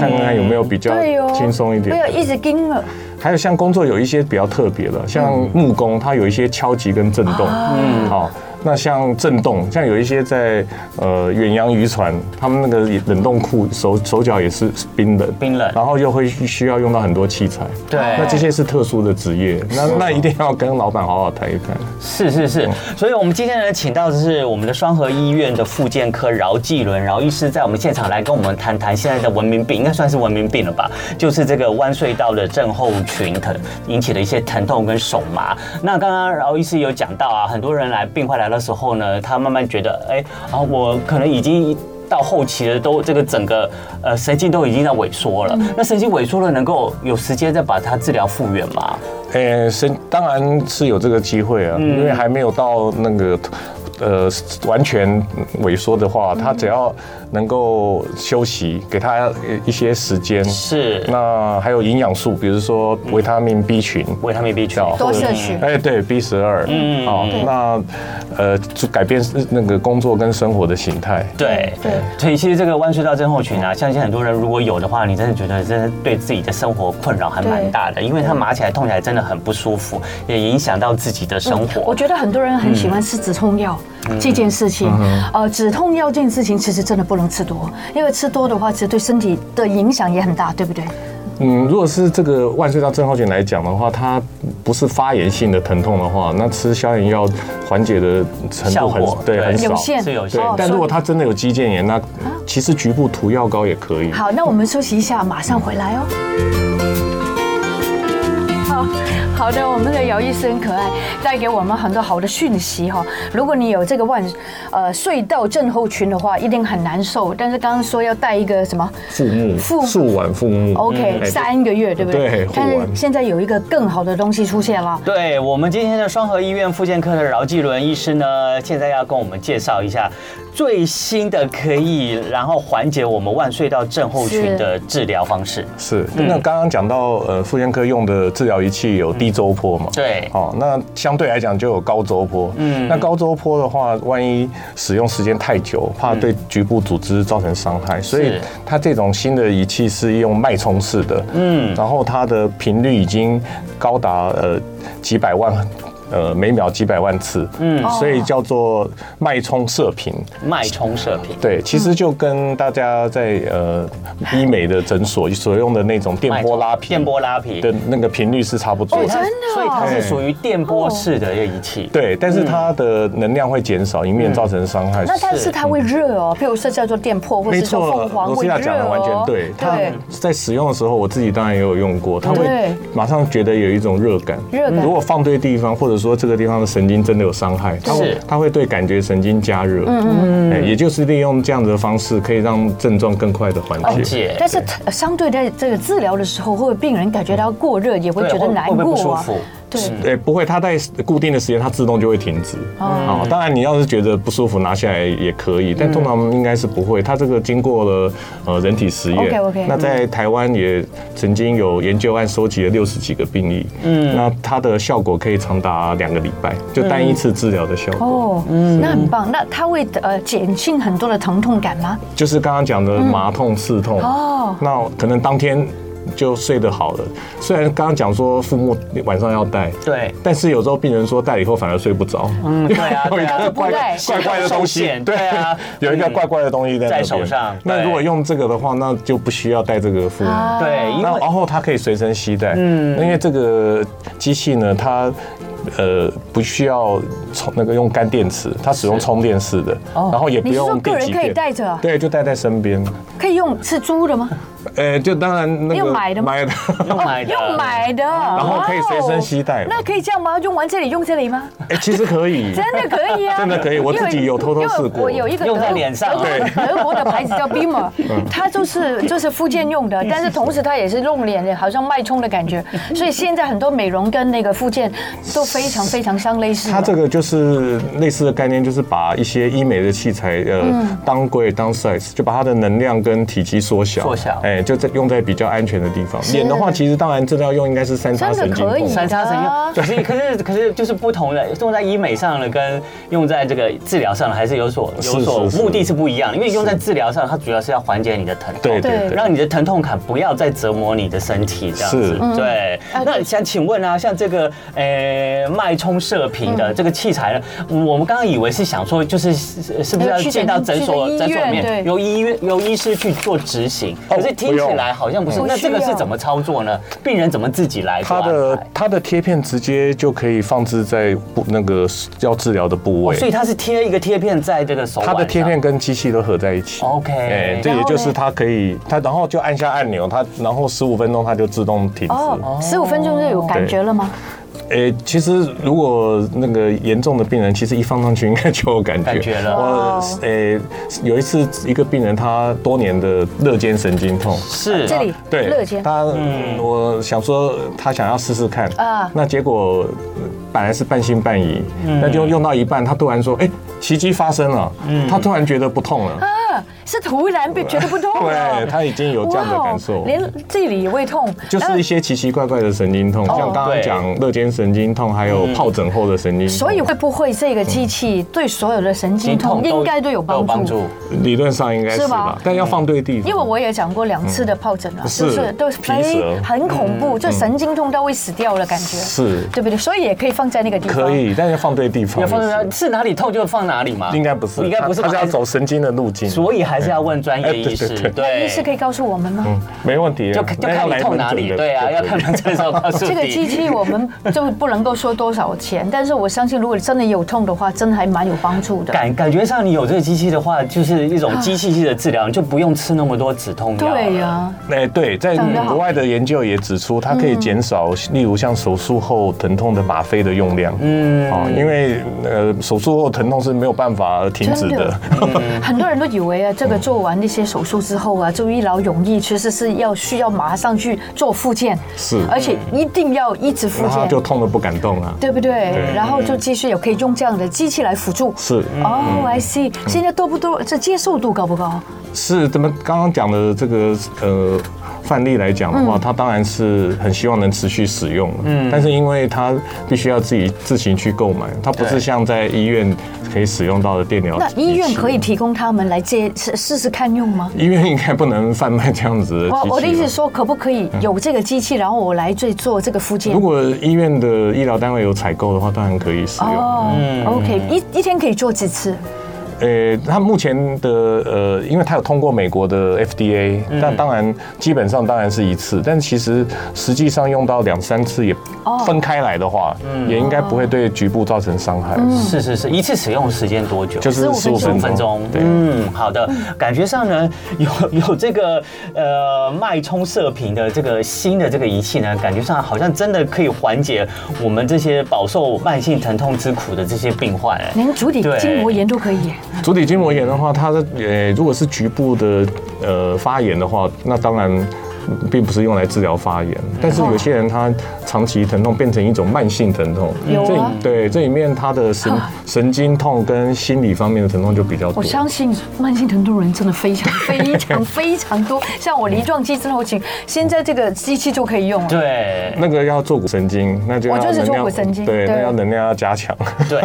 Speaker 3: 看看有没有比较
Speaker 1: 嗯对哦，
Speaker 3: 轻松一
Speaker 1: 不
Speaker 3: 点
Speaker 1: 要。一直盯了。
Speaker 3: 还有像工作有一些比较特别的，像
Speaker 2: 嗯
Speaker 3: 木工，它有一些敲击跟震动，
Speaker 2: 啊
Speaker 3: 嗯，好。那像震动，像有一些在呃远洋渔船，他们那个冷冻库手手脚也是冰冷，
Speaker 2: 冰冷
Speaker 3: 然后又会需要用到很多器材，
Speaker 2: 对
Speaker 3: 那这些是特殊的职业，那那一定要跟老板好好谈一谈。
Speaker 2: 是是是，所以我们今天呢，请到的是我们的双河医院的复健科饶继伦饶医师，在我们现场来跟我们谈谈现在的文明病，应该算是文明病了吧？就是这个弯隧道的症候群疼引起的一些疼痛跟手麻。那刚刚饶医师有讲到啊，很多人来病患来的时候呢，他慢慢觉得，哎啊，我可能已经。到后期了，都这个整个呃神经都已经在萎缩了。那神经萎缩了，能够有时间再把它治疗复原吗？
Speaker 3: 呃，是当然是有这个机会啊，因为还没有到那个呃完全萎缩的话，他只要能够休息，给他一些时间，
Speaker 2: 是
Speaker 3: 那还有营养素，比如说维他命 B 群，
Speaker 2: 维他命 B 群，
Speaker 1: 多摄取。
Speaker 3: 哎，对 B 十二，嗯，哦，那呃，就改变那个工作跟生活的形态。
Speaker 2: 对
Speaker 1: 对，
Speaker 2: 所以其实这个弯隧道症候群啊，相信很多人如果有的话，你真的觉得真的对自己的生活困扰还蛮大的，因为它麻起来、痛起来真的很不舒服，也影响到自己的生
Speaker 1: 我
Speaker 2: 活。
Speaker 1: 觉得很多人很喜欢吃止痛药
Speaker 3: 嗯
Speaker 1: 这件事情，呃，止痛药这件事情其实真的不能吃多，因为吃多的话，其实对身体的影响也很大，对不对？
Speaker 3: 嗯，如果是这个腕隧道症候群来讲的话，它不是发炎性的疼痛的话，那吃消炎药缓解的程
Speaker 2: 效
Speaker 3: 度
Speaker 2: 果
Speaker 3: 很对
Speaker 2: 对
Speaker 3: 很
Speaker 1: 有
Speaker 3: 少。
Speaker 1: 限，
Speaker 2: 是有
Speaker 3: 对
Speaker 2: 限
Speaker 1: 哦，
Speaker 3: 但
Speaker 1: 所以啊
Speaker 3: 如果他真的有肌腱炎，那其实局部涂药膏也可以。
Speaker 1: 好，那我们休息一下，马上回来哦。好好的，我们的姚医师很可爱，带给我们很多好的讯息哈、如果你有这个万呃隧道症候群的话，一定很难受。但是刚刚说要带一个什么
Speaker 3: 腹木
Speaker 1: 腹
Speaker 3: 束腕腹木。
Speaker 1: ？OK，、
Speaker 3: 哎
Speaker 1: 三个月对不对？
Speaker 3: 对护
Speaker 1: 但是
Speaker 3: 腕
Speaker 1: 现在有一个更好的东西出现了。
Speaker 2: 对我们今天的双河医院复健科的饶继伦医师呢，现在要跟我们介绍一下最新的可以然后缓解我们腕隧道症候群
Speaker 1: 是
Speaker 2: 的治疗方式。
Speaker 3: 是，那刚刚讲到呃，妇健科用的治疗仪器有低周波嘛？
Speaker 2: 对
Speaker 3: 哦，那相对来讲就有高周波。嗯，那高周波的话，万一使用时间太久，怕对局部组织造成伤害，所以
Speaker 2: 是
Speaker 3: 它这种新的仪器是用脉冲式的，嗯，然后它的频率已经高达呃几百万。呃，每秒几百万次，嗯，所以叫做脉冲射频。
Speaker 2: 脉冲射频。
Speaker 3: 对，其实就跟大家在呃医美的诊所所用的那种电波拉皮
Speaker 2: 电波拉皮，
Speaker 3: 的那个频率是差不多
Speaker 2: 所以
Speaker 3: 的。
Speaker 2: 它
Speaker 1: 真的哦
Speaker 2: 所以它是属于电波式的一个仪器。
Speaker 3: 对，但是它的能量会减少，以免造成伤害。
Speaker 1: 嗯那但是它会热哦，譬如说叫做电破或者
Speaker 3: 嗯没
Speaker 1: 是叫
Speaker 3: 错
Speaker 1: 凤，凰
Speaker 3: 罗
Speaker 1: 会
Speaker 3: 西
Speaker 1: 热
Speaker 3: 亚讲的
Speaker 1: 哦。
Speaker 3: 完全对。它
Speaker 1: 对，
Speaker 3: 在使用的时候，我自己当然也有用过，它
Speaker 1: 对
Speaker 3: 会马上觉得有一种热感。
Speaker 1: 热感
Speaker 3: 如果放对地方，或者说这个地方的神经真的有伤害，它会
Speaker 2: 是
Speaker 3: 它会对感觉神经加热。嗯嗯。也就是利用这样的方式，可以让症状更快的缓
Speaker 2: 了
Speaker 3: 解。
Speaker 2: 解。
Speaker 1: 但是呃相对在这个治疗的时候，会不会病人感觉到过热，也会觉得
Speaker 2: 对会
Speaker 1: 难
Speaker 2: 会不会不
Speaker 1: 过
Speaker 2: 舒
Speaker 1: 啊
Speaker 2: 服？
Speaker 1: 对。
Speaker 3: 诶，不会，它在固定的时间，它自动就会停止。哦，当然你要是觉得不舒服，拿下来也可以，但通常应该是不会。它这个经过了呃人体实验
Speaker 1: OK，OK，
Speaker 3: 那在台湾也曾经有研究案收集了六十几个病例，嗯，那它的效果可以长达两个礼拜，就单一次治疗的效果。
Speaker 1: 哦，
Speaker 3: 嗯
Speaker 1: 那很棒。那它会呃减轻很多的疼痛感吗？
Speaker 3: 就是刚刚讲的麻痛、刺痛。
Speaker 1: 哦
Speaker 3: 哦，那可能当天就睡得好了。虽然刚刚讲说父母晚上要戴，
Speaker 2: 对，
Speaker 3: 但是有时候病人说戴了以后反而睡不着。
Speaker 2: 嗯，对啊，
Speaker 3: [laughs] 有
Speaker 2: 对
Speaker 3: 一
Speaker 2: 啊
Speaker 3: 个，
Speaker 1: 不
Speaker 3: 怪
Speaker 1: 戴
Speaker 3: 怪怪的东
Speaker 2: 手
Speaker 3: 西
Speaker 2: 显，
Speaker 3: 对
Speaker 2: 对啊
Speaker 3: [laughs] 有一个
Speaker 2: 嗯
Speaker 3: 怪怪的东西在那
Speaker 2: 在
Speaker 3: 边
Speaker 2: 手上对
Speaker 3: 那如果用这个的话，那就不需要带这个副母。
Speaker 1: 啊
Speaker 2: 对，因
Speaker 3: 那
Speaker 2: 为
Speaker 3: 然后它可以随身携带，嗯，因为这个机器呢，它呃不需要充那个用干电池，它使用充电式的，然后也不
Speaker 1: 哦你是说
Speaker 3: 用
Speaker 1: 个
Speaker 3: 电
Speaker 1: 人
Speaker 3: 极
Speaker 1: 可以
Speaker 3: 片
Speaker 1: 带着啊
Speaker 3: 对，就带在身边。
Speaker 1: 可以用是租的吗？
Speaker 3: 呃，就当然那
Speaker 1: 用
Speaker 3: 个
Speaker 1: 买的吗
Speaker 3: [laughs] 买的， [laughs]
Speaker 2: 用买的，
Speaker 1: 哦用买的，然
Speaker 3: 后可以随身携带
Speaker 1: 那可以这样吗？用完这里用这里吗？
Speaker 3: 哎，其实可
Speaker 1: [laughs]
Speaker 3: 以，
Speaker 1: 真的可以啊，
Speaker 3: [laughs] 真的可以我自己有偷偷
Speaker 1: 因为
Speaker 3: 试过
Speaker 1: 我有一个
Speaker 2: 用在
Speaker 1: 德
Speaker 2: 脸上
Speaker 1: 德国德哎国的牌子叫 Beamer，它
Speaker 3: 嗯
Speaker 1: 就是就是附件用的，但是同时它也是用脸的，好像脉冲的感觉。所以现在很多美容跟那个附件都非常非常相类似的。
Speaker 3: 它这个就是类似的概念，就是把一些医美的器材，呃，
Speaker 1: 嗯
Speaker 3: 当归当 size，就把它的能量跟体积缩小，
Speaker 2: 缩小
Speaker 3: 哎，就在用在比较安全的地方。脸的话，其实当然真的要用，应该是三叉
Speaker 1: 真的
Speaker 3: 神经
Speaker 1: 可以
Speaker 3: 痛
Speaker 2: 三叉神
Speaker 1: 啊
Speaker 2: 用，可是可是可是就是不同的，用在医美上的跟用在这个治疗上的还是有所有
Speaker 3: 是
Speaker 2: 所
Speaker 3: 是是
Speaker 2: 目的是不一样的，因为用在治疗上，它主要是要缓解你的疼痛，
Speaker 3: 对
Speaker 1: 对
Speaker 3: 对对，
Speaker 2: 让你的疼痛感不要再折磨你的身体，这样子
Speaker 1: 嗯
Speaker 3: 是。
Speaker 2: 对，
Speaker 1: 哎
Speaker 2: 那想请问啊，像这个呃脉冲射频的这个器材呢，我们刚刚以为是想说，就是是是不是要
Speaker 1: 要去
Speaker 2: 进到诊所
Speaker 1: 去医院
Speaker 2: 诊所里
Speaker 1: 对
Speaker 2: 面由医院由医师去做执行？
Speaker 3: 哦
Speaker 2: 可是听起来好像不是。
Speaker 1: 不
Speaker 2: 那这个
Speaker 1: 需要
Speaker 2: 是怎么操作呢？病人怎么自己来做啊
Speaker 3: 它
Speaker 2: 安排？
Speaker 3: 的它的贴片直接就可以放置在部那个要治疗的部
Speaker 2: 哦所以
Speaker 3: 位。
Speaker 2: 它是贴一个贴片在这个手腕
Speaker 3: 它
Speaker 2: 上
Speaker 3: 的贴片跟机器都合在一起。
Speaker 2: 哦 OK
Speaker 3: 哎，这
Speaker 1: 然
Speaker 3: 也
Speaker 1: 后
Speaker 3: 就是
Speaker 1: 呢
Speaker 3: 它可以，它然后就
Speaker 1: 哦
Speaker 3: 按下按钮，它然后十五分钟它就自动停止。
Speaker 1: 哦，十五分钟就有感觉了吗？
Speaker 3: 诶，其实如果那个严重的病人，其实一放上去应该就有感觉。
Speaker 2: 感觉了
Speaker 3: 我
Speaker 1: 哇
Speaker 3: 诶，有一次一个病人他多年的肋间神经痛，
Speaker 2: 是
Speaker 1: 这里
Speaker 3: 哦对，
Speaker 1: 乐间
Speaker 3: 他
Speaker 2: 嗯
Speaker 3: 我想说他想要试试看
Speaker 1: 啊
Speaker 3: 那结果呃本来是半信半疑，
Speaker 2: 嗯
Speaker 3: 那就用到一半，他突然说，哎，奇迹发生了，
Speaker 2: 嗯
Speaker 3: 他突然觉得不痛了。
Speaker 1: 啊，是突然被觉得不痛了。
Speaker 3: 对他已经有这样的感
Speaker 1: 哇
Speaker 3: 受
Speaker 1: 哦，连这里也会痛，
Speaker 3: 就是一些奇奇怪怪的神经痛，
Speaker 1: 哦
Speaker 3: 像刚刚
Speaker 2: 对
Speaker 3: 讲肋间神经痛，还有疱疹后的神经痛。
Speaker 1: 嗯所以会不会这个机器对所有的神经痛应该都有帮助？。
Speaker 3: 理论上应该是
Speaker 1: 是吧
Speaker 3: 吧，但要放对地方。
Speaker 1: 因为我也讲过两次的疱疹啊，
Speaker 3: 嗯是
Speaker 1: 就是都是
Speaker 3: 皮蛇嗯
Speaker 1: 很恐怖，就神经痛到会死掉的感觉，
Speaker 3: 是
Speaker 1: 对不对？所以也可以放在那个地方。
Speaker 3: 可以，但要放对地方
Speaker 2: 要
Speaker 3: 就是。
Speaker 2: 放在哪是哪里痛就放哪里吗？
Speaker 3: 应该不是，
Speaker 2: 应该不是
Speaker 3: 他
Speaker 2: 吧，
Speaker 3: 是要走神经的路径，
Speaker 2: 所以还是要问专业医
Speaker 3: 哎对
Speaker 2: 师。
Speaker 3: 对对
Speaker 1: 那医师可
Speaker 2: 对，
Speaker 1: 以告诉我们吗？
Speaker 3: 没问题啊。
Speaker 2: 就就
Speaker 3: 那要
Speaker 2: 看
Speaker 3: 来
Speaker 2: 你痛
Speaker 3: 门
Speaker 2: 哪
Speaker 3: 诊
Speaker 2: 里。
Speaker 3: 的
Speaker 2: 对啊，
Speaker 3: 就
Speaker 2: 要
Speaker 3: 可以
Speaker 2: 看门诊
Speaker 1: [laughs]
Speaker 2: 的时候告诉
Speaker 1: [laughs] 这个机
Speaker 2: 你。
Speaker 1: 器我们就不能够说多少钱，但是我相信，如果真的有痛的话，真的还蛮有帮助的。
Speaker 2: 感感觉上你有这个机器的话，就是一种机器性的治疗，你就不用吃那么多止痛药。
Speaker 1: 对呀、，
Speaker 3: 哎，对，在
Speaker 1: 讲得好
Speaker 3: 国外的研究也指出，它可
Speaker 2: 嗯
Speaker 3: 以减少，例如像手术后疼痛的吗啡的用量。嗯，哦，因为呃，手术后疼痛是没有办法停止
Speaker 1: 真
Speaker 3: 的 [laughs] 嗯
Speaker 1: 的。很多人都以为啊，这个做完那些手术之后啊，就一劳永逸，其实是要需要马上去做复健，
Speaker 3: 是
Speaker 1: 而且一定要一直复
Speaker 3: 然后
Speaker 1: 健，
Speaker 3: 就痛得不敢动啊。
Speaker 1: 对不对
Speaker 3: 对？
Speaker 1: 然后就继续也可以用这样的机器来辅助。
Speaker 3: 是嗯
Speaker 1: 哦、i see。现在多不多？这接受度高不高？
Speaker 3: 哦是，咱们刚刚讲的这个呃范例来讲的
Speaker 1: 嗯
Speaker 3: 话，它当然是很希望能持续使用的。嗯，但是因为它必须要自己自行去购买，它不
Speaker 2: 对
Speaker 3: 是像在医院可以使用到的电疗。
Speaker 1: 那医院可以。提供他们来接试试试看用吗？
Speaker 3: 医院应该不能贩卖这样子的机器吧。
Speaker 1: 哦我我的意思是说，可不可以有这个机器，然后我来最做这个复健
Speaker 3: 如？果医院的医疗单位有采购的话，当然可以使用。
Speaker 1: 哦、o k
Speaker 3: 嗯
Speaker 1: 一一天可以做几次？
Speaker 3: 呃，它目前的呃，因为它有通过美国的 FDA，那、
Speaker 1: 嗯
Speaker 3: 当然基本上当然是一次，但其实实际上用到两三次也
Speaker 1: 哦
Speaker 3: 分开来的话，
Speaker 1: 嗯
Speaker 3: 也应该不会对局部造成伤害。
Speaker 2: 是是是，一次使用时间多久？
Speaker 3: 就
Speaker 1: 15
Speaker 3: 是十
Speaker 1: 分
Speaker 3: 五
Speaker 1: 钟
Speaker 3: 分
Speaker 2: 五
Speaker 3: 钟，
Speaker 2: 分钟。
Speaker 3: 对。
Speaker 2: 嗯，好的。感觉上呢，有有这个呃脉冲射频的这个新的这个仪器呢，感觉上好像真的可以缓解我们这些饱受慢性疼痛之苦的这些病患。哎
Speaker 1: 连足底
Speaker 2: 对
Speaker 1: 筋膜炎都可以。
Speaker 3: 足底筋膜炎的话，它的呃，如果是局部的呃发炎的话，那当然嗯并不是用来治疗发炎。
Speaker 1: 嗯
Speaker 3: 但是有些人他长期疼痛变成一种慢性疼痛，
Speaker 1: 有啊啊
Speaker 3: 这里对这里面他的神神经痛跟心理方面的疼痛就比较
Speaker 1: 我
Speaker 3: 多。
Speaker 1: 相信慢性疼痛人真的非常非常非常多，像我梨状肌症候群，现在这个机器就可以用
Speaker 3: 啊
Speaker 1: 了。
Speaker 2: 对
Speaker 3: 那个要坐骨神经，那就要
Speaker 1: 我就是
Speaker 3: 能量
Speaker 1: 坐骨神经
Speaker 3: 对，
Speaker 1: 对
Speaker 3: 那要能量要加强。 [laughs]
Speaker 2: 对，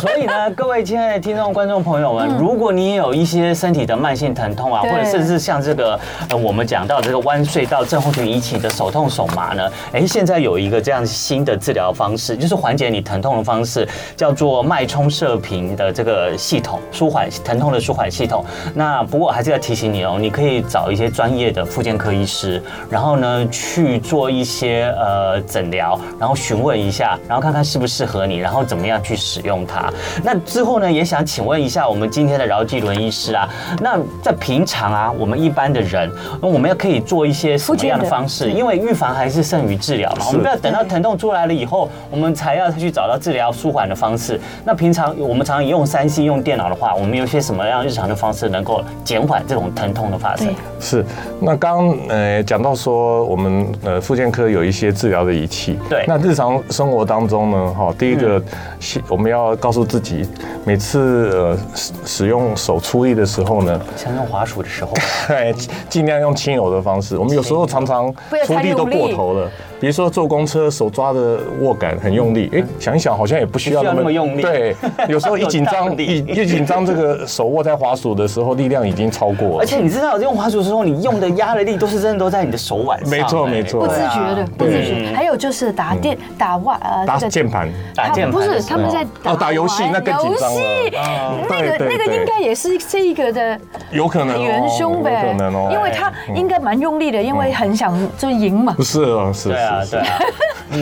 Speaker 2: 所以呢，各位亲爱的听众、观众朋友们，如果你也有一些身体的慢性疼痛啊，或
Speaker 1: 对
Speaker 2: 者甚至像这个呃，我们讲到这个弯隧道症候群引起的手痛、手麻呢，哎，现在有一个这样新的治疗方式，就是缓解你疼痛的方式，叫做脉冲射频的这个系统，舒缓疼痛的舒缓系统。那不过还是要提醒你哦，你可以找一些专业的复健科医师，然后呢去做一些呃诊疗，然后询问一下，然后看看适不适合你，然后怎么样去使用它。那之后呢，也想请问一下我们今天的饶继伦医师啊，那在平常啊，我们一般的人，那我们要可以做一些什么样的方式？因为预防还是胜于治疗嘛，我们不要等到疼痛出来了以后，我们才要去找到治疗舒缓的方式。那平常我们常用三 C 用电脑的话，我们有些什么样日常的方式能够减缓这种疼痛的发生
Speaker 1: 对？
Speaker 3: 是，那刚刚呃讲到说我们呃复健科有一些治疗的仪器，
Speaker 2: 对
Speaker 3: 那日常生活当中呢，哈，第一个、是我们要告诉自己，每次呃使使用手出力的时候呢，
Speaker 2: 像用滑鼠的时候，
Speaker 3: 尽量用轻柔的方式。我们有时候常常
Speaker 1: 不要
Speaker 3: 出
Speaker 1: 太
Speaker 3: 力
Speaker 1: 用
Speaker 3: 都过
Speaker 1: 力
Speaker 3: 头了，比如说坐公车手抓的握感很用
Speaker 1: 嗯
Speaker 3: 力，哎，想一想好像也不需要
Speaker 2: 不需要
Speaker 3: 那么
Speaker 2: 那么用力 [laughs]
Speaker 3: 对，有时候一
Speaker 2: 有
Speaker 3: 紧
Speaker 2: 道
Speaker 3: 张
Speaker 2: 理
Speaker 3: 一一紧张，这个手握在滑鼠的时候力量已经超过了，
Speaker 2: 而且你知道用滑鼠的时候，你用的压的力都是真的都在你的手腕上，
Speaker 3: 没错
Speaker 2: 哎
Speaker 3: 没错
Speaker 1: 不自
Speaker 2: 对啊
Speaker 1: 觉的，不自觉。还有就是打电打外呃
Speaker 3: 嗯打键盘。
Speaker 2: 打
Speaker 1: 他
Speaker 2: 键
Speaker 1: 们
Speaker 2: 盘
Speaker 1: 不
Speaker 2: 的
Speaker 1: 是
Speaker 2: 时
Speaker 1: 他们
Speaker 2: 候哦
Speaker 1: 在
Speaker 3: 哦，打游戏
Speaker 1: 玩
Speaker 3: 那更紧张了。
Speaker 1: 游
Speaker 3: 哦
Speaker 1: 戏那
Speaker 3: 对
Speaker 1: 个
Speaker 3: 对
Speaker 1: 那个
Speaker 3: 对
Speaker 1: 应该也是这个的
Speaker 3: 有可能哦
Speaker 1: 元凶呗，
Speaker 3: 有可能哦，
Speaker 1: 因为他
Speaker 3: 嗯
Speaker 1: 应该蛮用力的，因为很想就赢嘛
Speaker 3: 不。是啊，是
Speaker 2: 对啊，
Speaker 3: 是
Speaker 2: 对
Speaker 3: 是，
Speaker 2: 啊。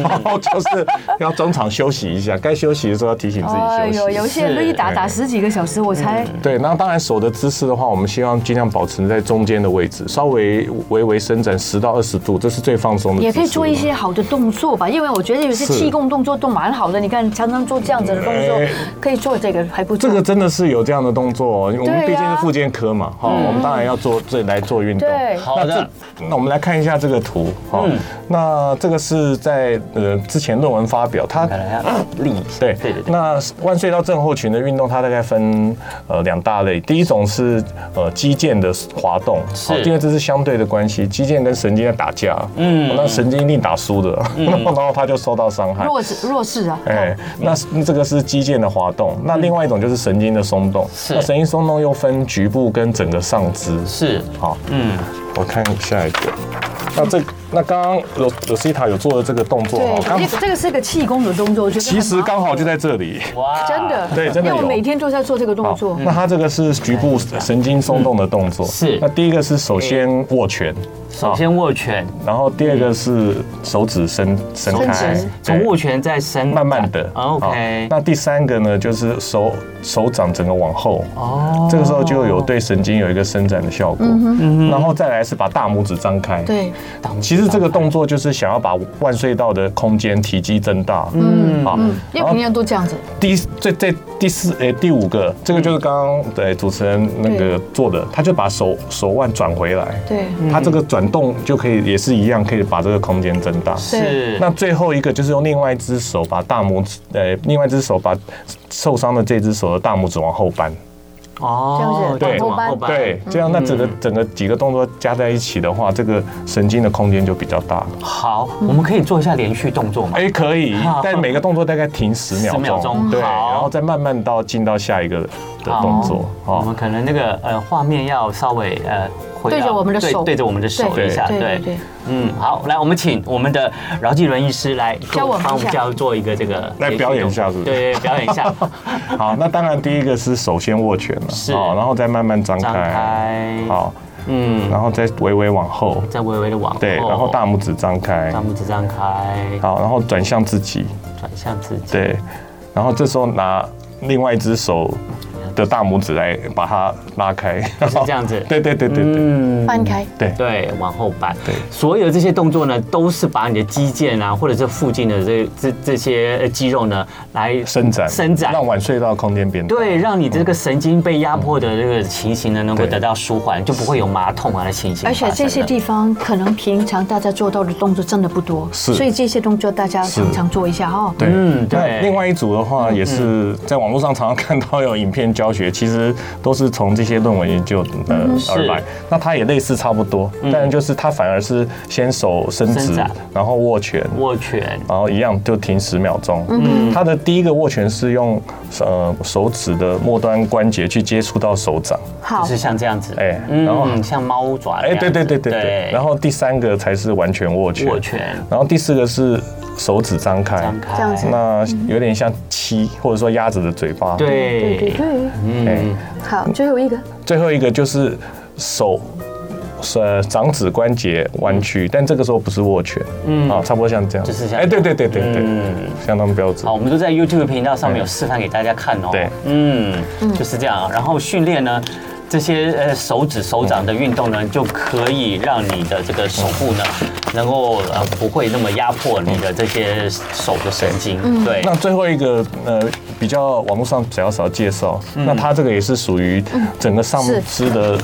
Speaker 3: 然后 [laughs] 就是要中场休息一下，该休息的时候要提嗯醒自己
Speaker 1: 哎呦，
Speaker 3: 休息。嗯
Speaker 1: 有些人都一打打十几个小时，我才
Speaker 3: 对，那当然手的姿势的话，我们希望尽量保持在中间的位置，稍微微微伸展十到二十度，这是最放松的姿势。
Speaker 1: 也可以做一些好的动作吧，因为我觉得有些
Speaker 3: 是
Speaker 1: 气功动作都蛮好的。你看，常常做这样子的动作
Speaker 3: 哎，
Speaker 1: 可以做这个还不错。
Speaker 3: 这个真的是有这样的动作、哦，我
Speaker 1: 对
Speaker 3: 们
Speaker 1: 呀嗯
Speaker 3: 毕竟是复健科嘛，哈、我们当然要做这来做运动。
Speaker 1: 对
Speaker 2: 好
Speaker 3: 那
Speaker 2: 的
Speaker 3: 这，那我们来看一下这个图，哈、
Speaker 2: 嗯
Speaker 3: 那这个是在呃之前论文发表，它
Speaker 2: 可能要立一下。
Speaker 3: 对
Speaker 2: 对对对，
Speaker 3: 那腕隧道症候群的运动，它大概分呃两大类。第一种是呃肌腱的滑动，
Speaker 2: 是
Speaker 3: 好因为这是相对的关系，肌腱跟神经在打架，
Speaker 2: 嗯
Speaker 3: 哦那神经一定打输的， [laughs] 然后它就受到伤害。
Speaker 1: 弱势弱势啊，
Speaker 3: 哎，那是这个是肌腱的滑动，那另外一种就是神经的松动。
Speaker 2: 嗯是
Speaker 3: 那神经松动又分局部跟整个上肢。
Speaker 2: 是，
Speaker 3: 好，
Speaker 2: 嗯，
Speaker 3: 我看下一个。那这那刚刚有有 c i t a 有做的这个动作
Speaker 1: 对
Speaker 3: 哈，，刚
Speaker 1: 这个这个是个气功的动作，我觉得
Speaker 3: 其实
Speaker 1: 很好
Speaker 3: 刚好就在这里。
Speaker 2: 哇
Speaker 1: 真的，
Speaker 3: 对真的
Speaker 1: 因为我
Speaker 3: 有
Speaker 1: 每天都在做这个动
Speaker 3: 好
Speaker 1: 作，。
Speaker 3: [laughs] 那它这个是局部神经松动的动作。
Speaker 2: 哎是
Speaker 3: 那第一个是首先握拳，
Speaker 2: 首先握拳，
Speaker 3: 然后第二个是手指伸伸开
Speaker 1: 伸直，
Speaker 3: 对
Speaker 2: 从握拳再伸，
Speaker 3: 慢慢的。
Speaker 2: 啊
Speaker 3: 好
Speaker 2: OK，
Speaker 3: 那第三个呢，就是手手掌整个往后。
Speaker 2: 哦嗯
Speaker 3: 这个时候就有对神经有一个伸展的效果，然后再来是把大拇指张开。，
Speaker 1: 对，
Speaker 3: 其实这个动作就是想要把腕隧道的空间体积增大。嗯，好，
Speaker 1: 因为平常都这样子，
Speaker 3: 第最最第四诶、第五个，这个就是刚刚对主持人那个做的，他就把手手腕转回来，
Speaker 1: 对
Speaker 3: 他这个转动就可以也是一样，可以把这个空间增大。
Speaker 2: 是
Speaker 3: 那最后一个就是用另外一只手把大拇指，呃，另外一只手把受伤的这只手的大拇指往后扳，
Speaker 2: 哦，
Speaker 1: 这样子
Speaker 3: 对
Speaker 1: 往后
Speaker 2: 往后
Speaker 1: 扳
Speaker 2: 扳，
Speaker 3: 对，这样那整个整个几个动作加在一起的话，这个神经的空间就比较大了。
Speaker 2: 好，我们可以做一下连续动作吗？
Speaker 3: 哎，可以，但每个动作大概停十秒
Speaker 2: 10秒钟
Speaker 3: 钟，对，
Speaker 2: 好
Speaker 3: 然后再慢慢到进到下一个的动作，
Speaker 2: 我
Speaker 3: 哦好
Speaker 2: 们，可能那个呃画面要稍微呃回到
Speaker 1: 对着我们的手
Speaker 2: 对对着我们的手
Speaker 1: 对
Speaker 2: 一下，
Speaker 1: 对对对
Speaker 2: 嗯，好，来我们请我们的饶继伦医师来做
Speaker 1: 教我们一下
Speaker 2: 帮我们教做一个这个
Speaker 3: 来表演一下是不是
Speaker 2: 对对，表演一下，
Speaker 3: 好，那当然第一个是首先握拳了，
Speaker 2: 是
Speaker 3: 好，然后再慢慢张
Speaker 2: 张
Speaker 3: 开，
Speaker 2: 开，，
Speaker 3: 好，
Speaker 2: 嗯，
Speaker 3: 然后再微微往后，
Speaker 2: 再微微的往后，
Speaker 3: 对，然后大拇指张开
Speaker 2: 哦大，拇指张开，
Speaker 3: 好，然后转向自己，
Speaker 2: 转向自己，
Speaker 3: 对，然后这时候拿另外一只手的大拇指来把它拉开，
Speaker 2: 是这样子
Speaker 3: [laughs] 对对对对对
Speaker 2: 嗯，
Speaker 1: 翻开，
Speaker 3: 对。
Speaker 2: 对，往后扳。
Speaker 3: 对
Speaker 2: 所有这些动作呢，都是把你的肌腱啊，或者这附近的这这这些呃肌肉呢，来
Speaker 3: 伸展，
Speaker 2: 伸展，
Speaker 3: 让腕隧道空间变大。
Speaker 2: 对，让你这个神经被压迫的这个情形呢，能够
Speaker 3: 对
Speaker 2: 得到舒缓，就不会有麻痛啊的情形
Speaker 1: 而
Speaker 2: 发生
Speaker 1: 且
Speaker 2: 了。
Speaker 1: 这些地方可能平常大家做到的动作真的不多，
Speaker 3: 是
Speaker 1: 所以这些动作大家常常做一下哦。
Speaker 3: 对，
Speaker 2: 嗯对嗯
Speaker 3: 那另外一组的话，也是在网络上常常看到有影片教学，其实都是从这些论文研究呃而来
Speaker 2: 嗯是。嗯
Speaker 3: 那它也类似差不多，但就是它反而是先手伸
Speaker 2: 伸
Speaker 3: 直
Speaker 2: 展，
Speaker 3: 然后握拳。
Speaker 2: 握拳，
Speaker 3: 然后一样就停十秒钟。嗯，它的第一个握拳是用呃手指的末端关节去接触到手掌，
Speaker 1: 好
Speaker 2: 就，是像这样子，
Speaker 3: 哎
Speaker 2: 嗯，
Speaker 3: 然后
Speaker 2: 像猫爪这
Speaker 3: 哎、
Speaker 2: 样子，
Speaker 3: 对对对对对。然后第三个才是完全握拳，
Speaker 2: 握拳
Speaker 3: 然后第四个是手指张开，
Speaker 2: 张开，
Speaker 1: 这样子
Speaker 3: 那有点像七或者说鸭子的嘴巴。，
Speaker 1: 对对
Speaker 2: 对，
Speaker 1: 对，
Speaker 3: 哎
Speaker 2: 嗯，
Speaker 1: 好，最后一个，
Speaker 3: 最后一个就是手。呃，掌指关节弯曲，但这个时候不是握拳，嗯，啊，差不多像这样，
Speaker 2: 嗯就是像
Speaker 3: 哎，对对对对对，
Speaker 2: 嗯
Speaker 3: 相当标准
Speaker 2: 好，。我们都在 YouTube 频道上面有示范给大家看哦。
Speaker 3: 哎对
Speaker 2: 嗯，就是这样。然后训练呢，这些呃手指、手掌的运动呢，就可以让你的这个手部呢，能够呃不会那么压迫你的这些手的神经。
Speaker 1: 嗯
Speaker 2: 对
Speaker 3: 那，最后一个呃，比较网络上比较少介绍，那它这个也是属于整个上
Speaker 1: 是
Speaker 3: 肢的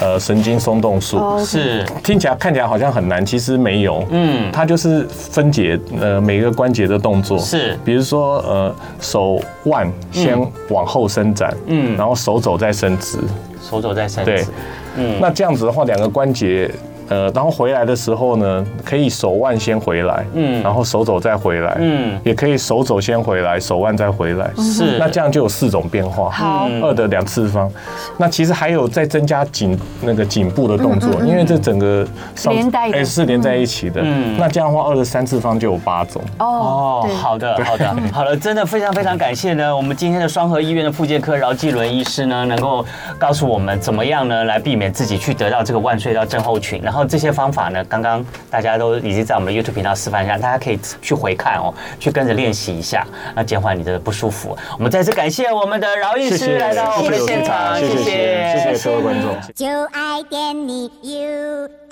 Speaker 3: 呃神经松动术，
Speaker 1: 哦，
Speaker 2: 是
Speaker 3: 听起来看起来好像很难，其实没有，嗯，它就是分解呃每个关节的动作，
Speaker 2: 是
Speaker 3: 比如说呃手腕先往后伸展，
Speaker 2: 嗯
Speaker 3: 嗯，然后手肘再伸直，
Speaker 2: 手肘在伸
Speaker 3: 对
Speaker 2: 直，，
Speaker 3: 那这样子的话，两个关节。呃，然后回来的时候呢，可以手腕先回来，
Speaker 2: 嗯
Speaker 3: 嗯，然后手肘再回来，
Speaker 2: 嗯
Speaker 3: 嗯，也可以手肘先回来，手腕再回来，
Speaker 2: 是
Speaker 3: 那这样就有四种变化，
Speaker 1: 好
Speaker 3: 二的两次方。那其实还有再增加颈那个颈部的动作，因为这整个上
Speaker 1: 连带的
Speaker 3: 哎是连在一起的。
Speaker 2: 嗯
Speaker 3: 那这样的话，二的三次方就有八种。
Speaker 1: 哦
Speaker 2: 哦，
Speaker 1: 对，
Speaker 2: 好的，好的，好了，真的非常非常感谢呢，我们今天的双河医院的复健科饶继伦医师呢，能够告诉我们怎么样呢来避免自己去得到这个腕隧道症候群，然后后这些方法呢，刚刚大家都已经在我们的 YouTube 频道示范一下，大家可以去回看哦，去跟着练习一下，那减缓你的不舒服。我们再次感谢我们的饶医
Speaker 3: 谢
Speaker 2: 师
Speaker 3: 谢
Speaker 2: 来到我们的现场，
Speaker 3: 谢谢谢谢谢谢各位观众。
Speaker 4: 就爱点你 UFO。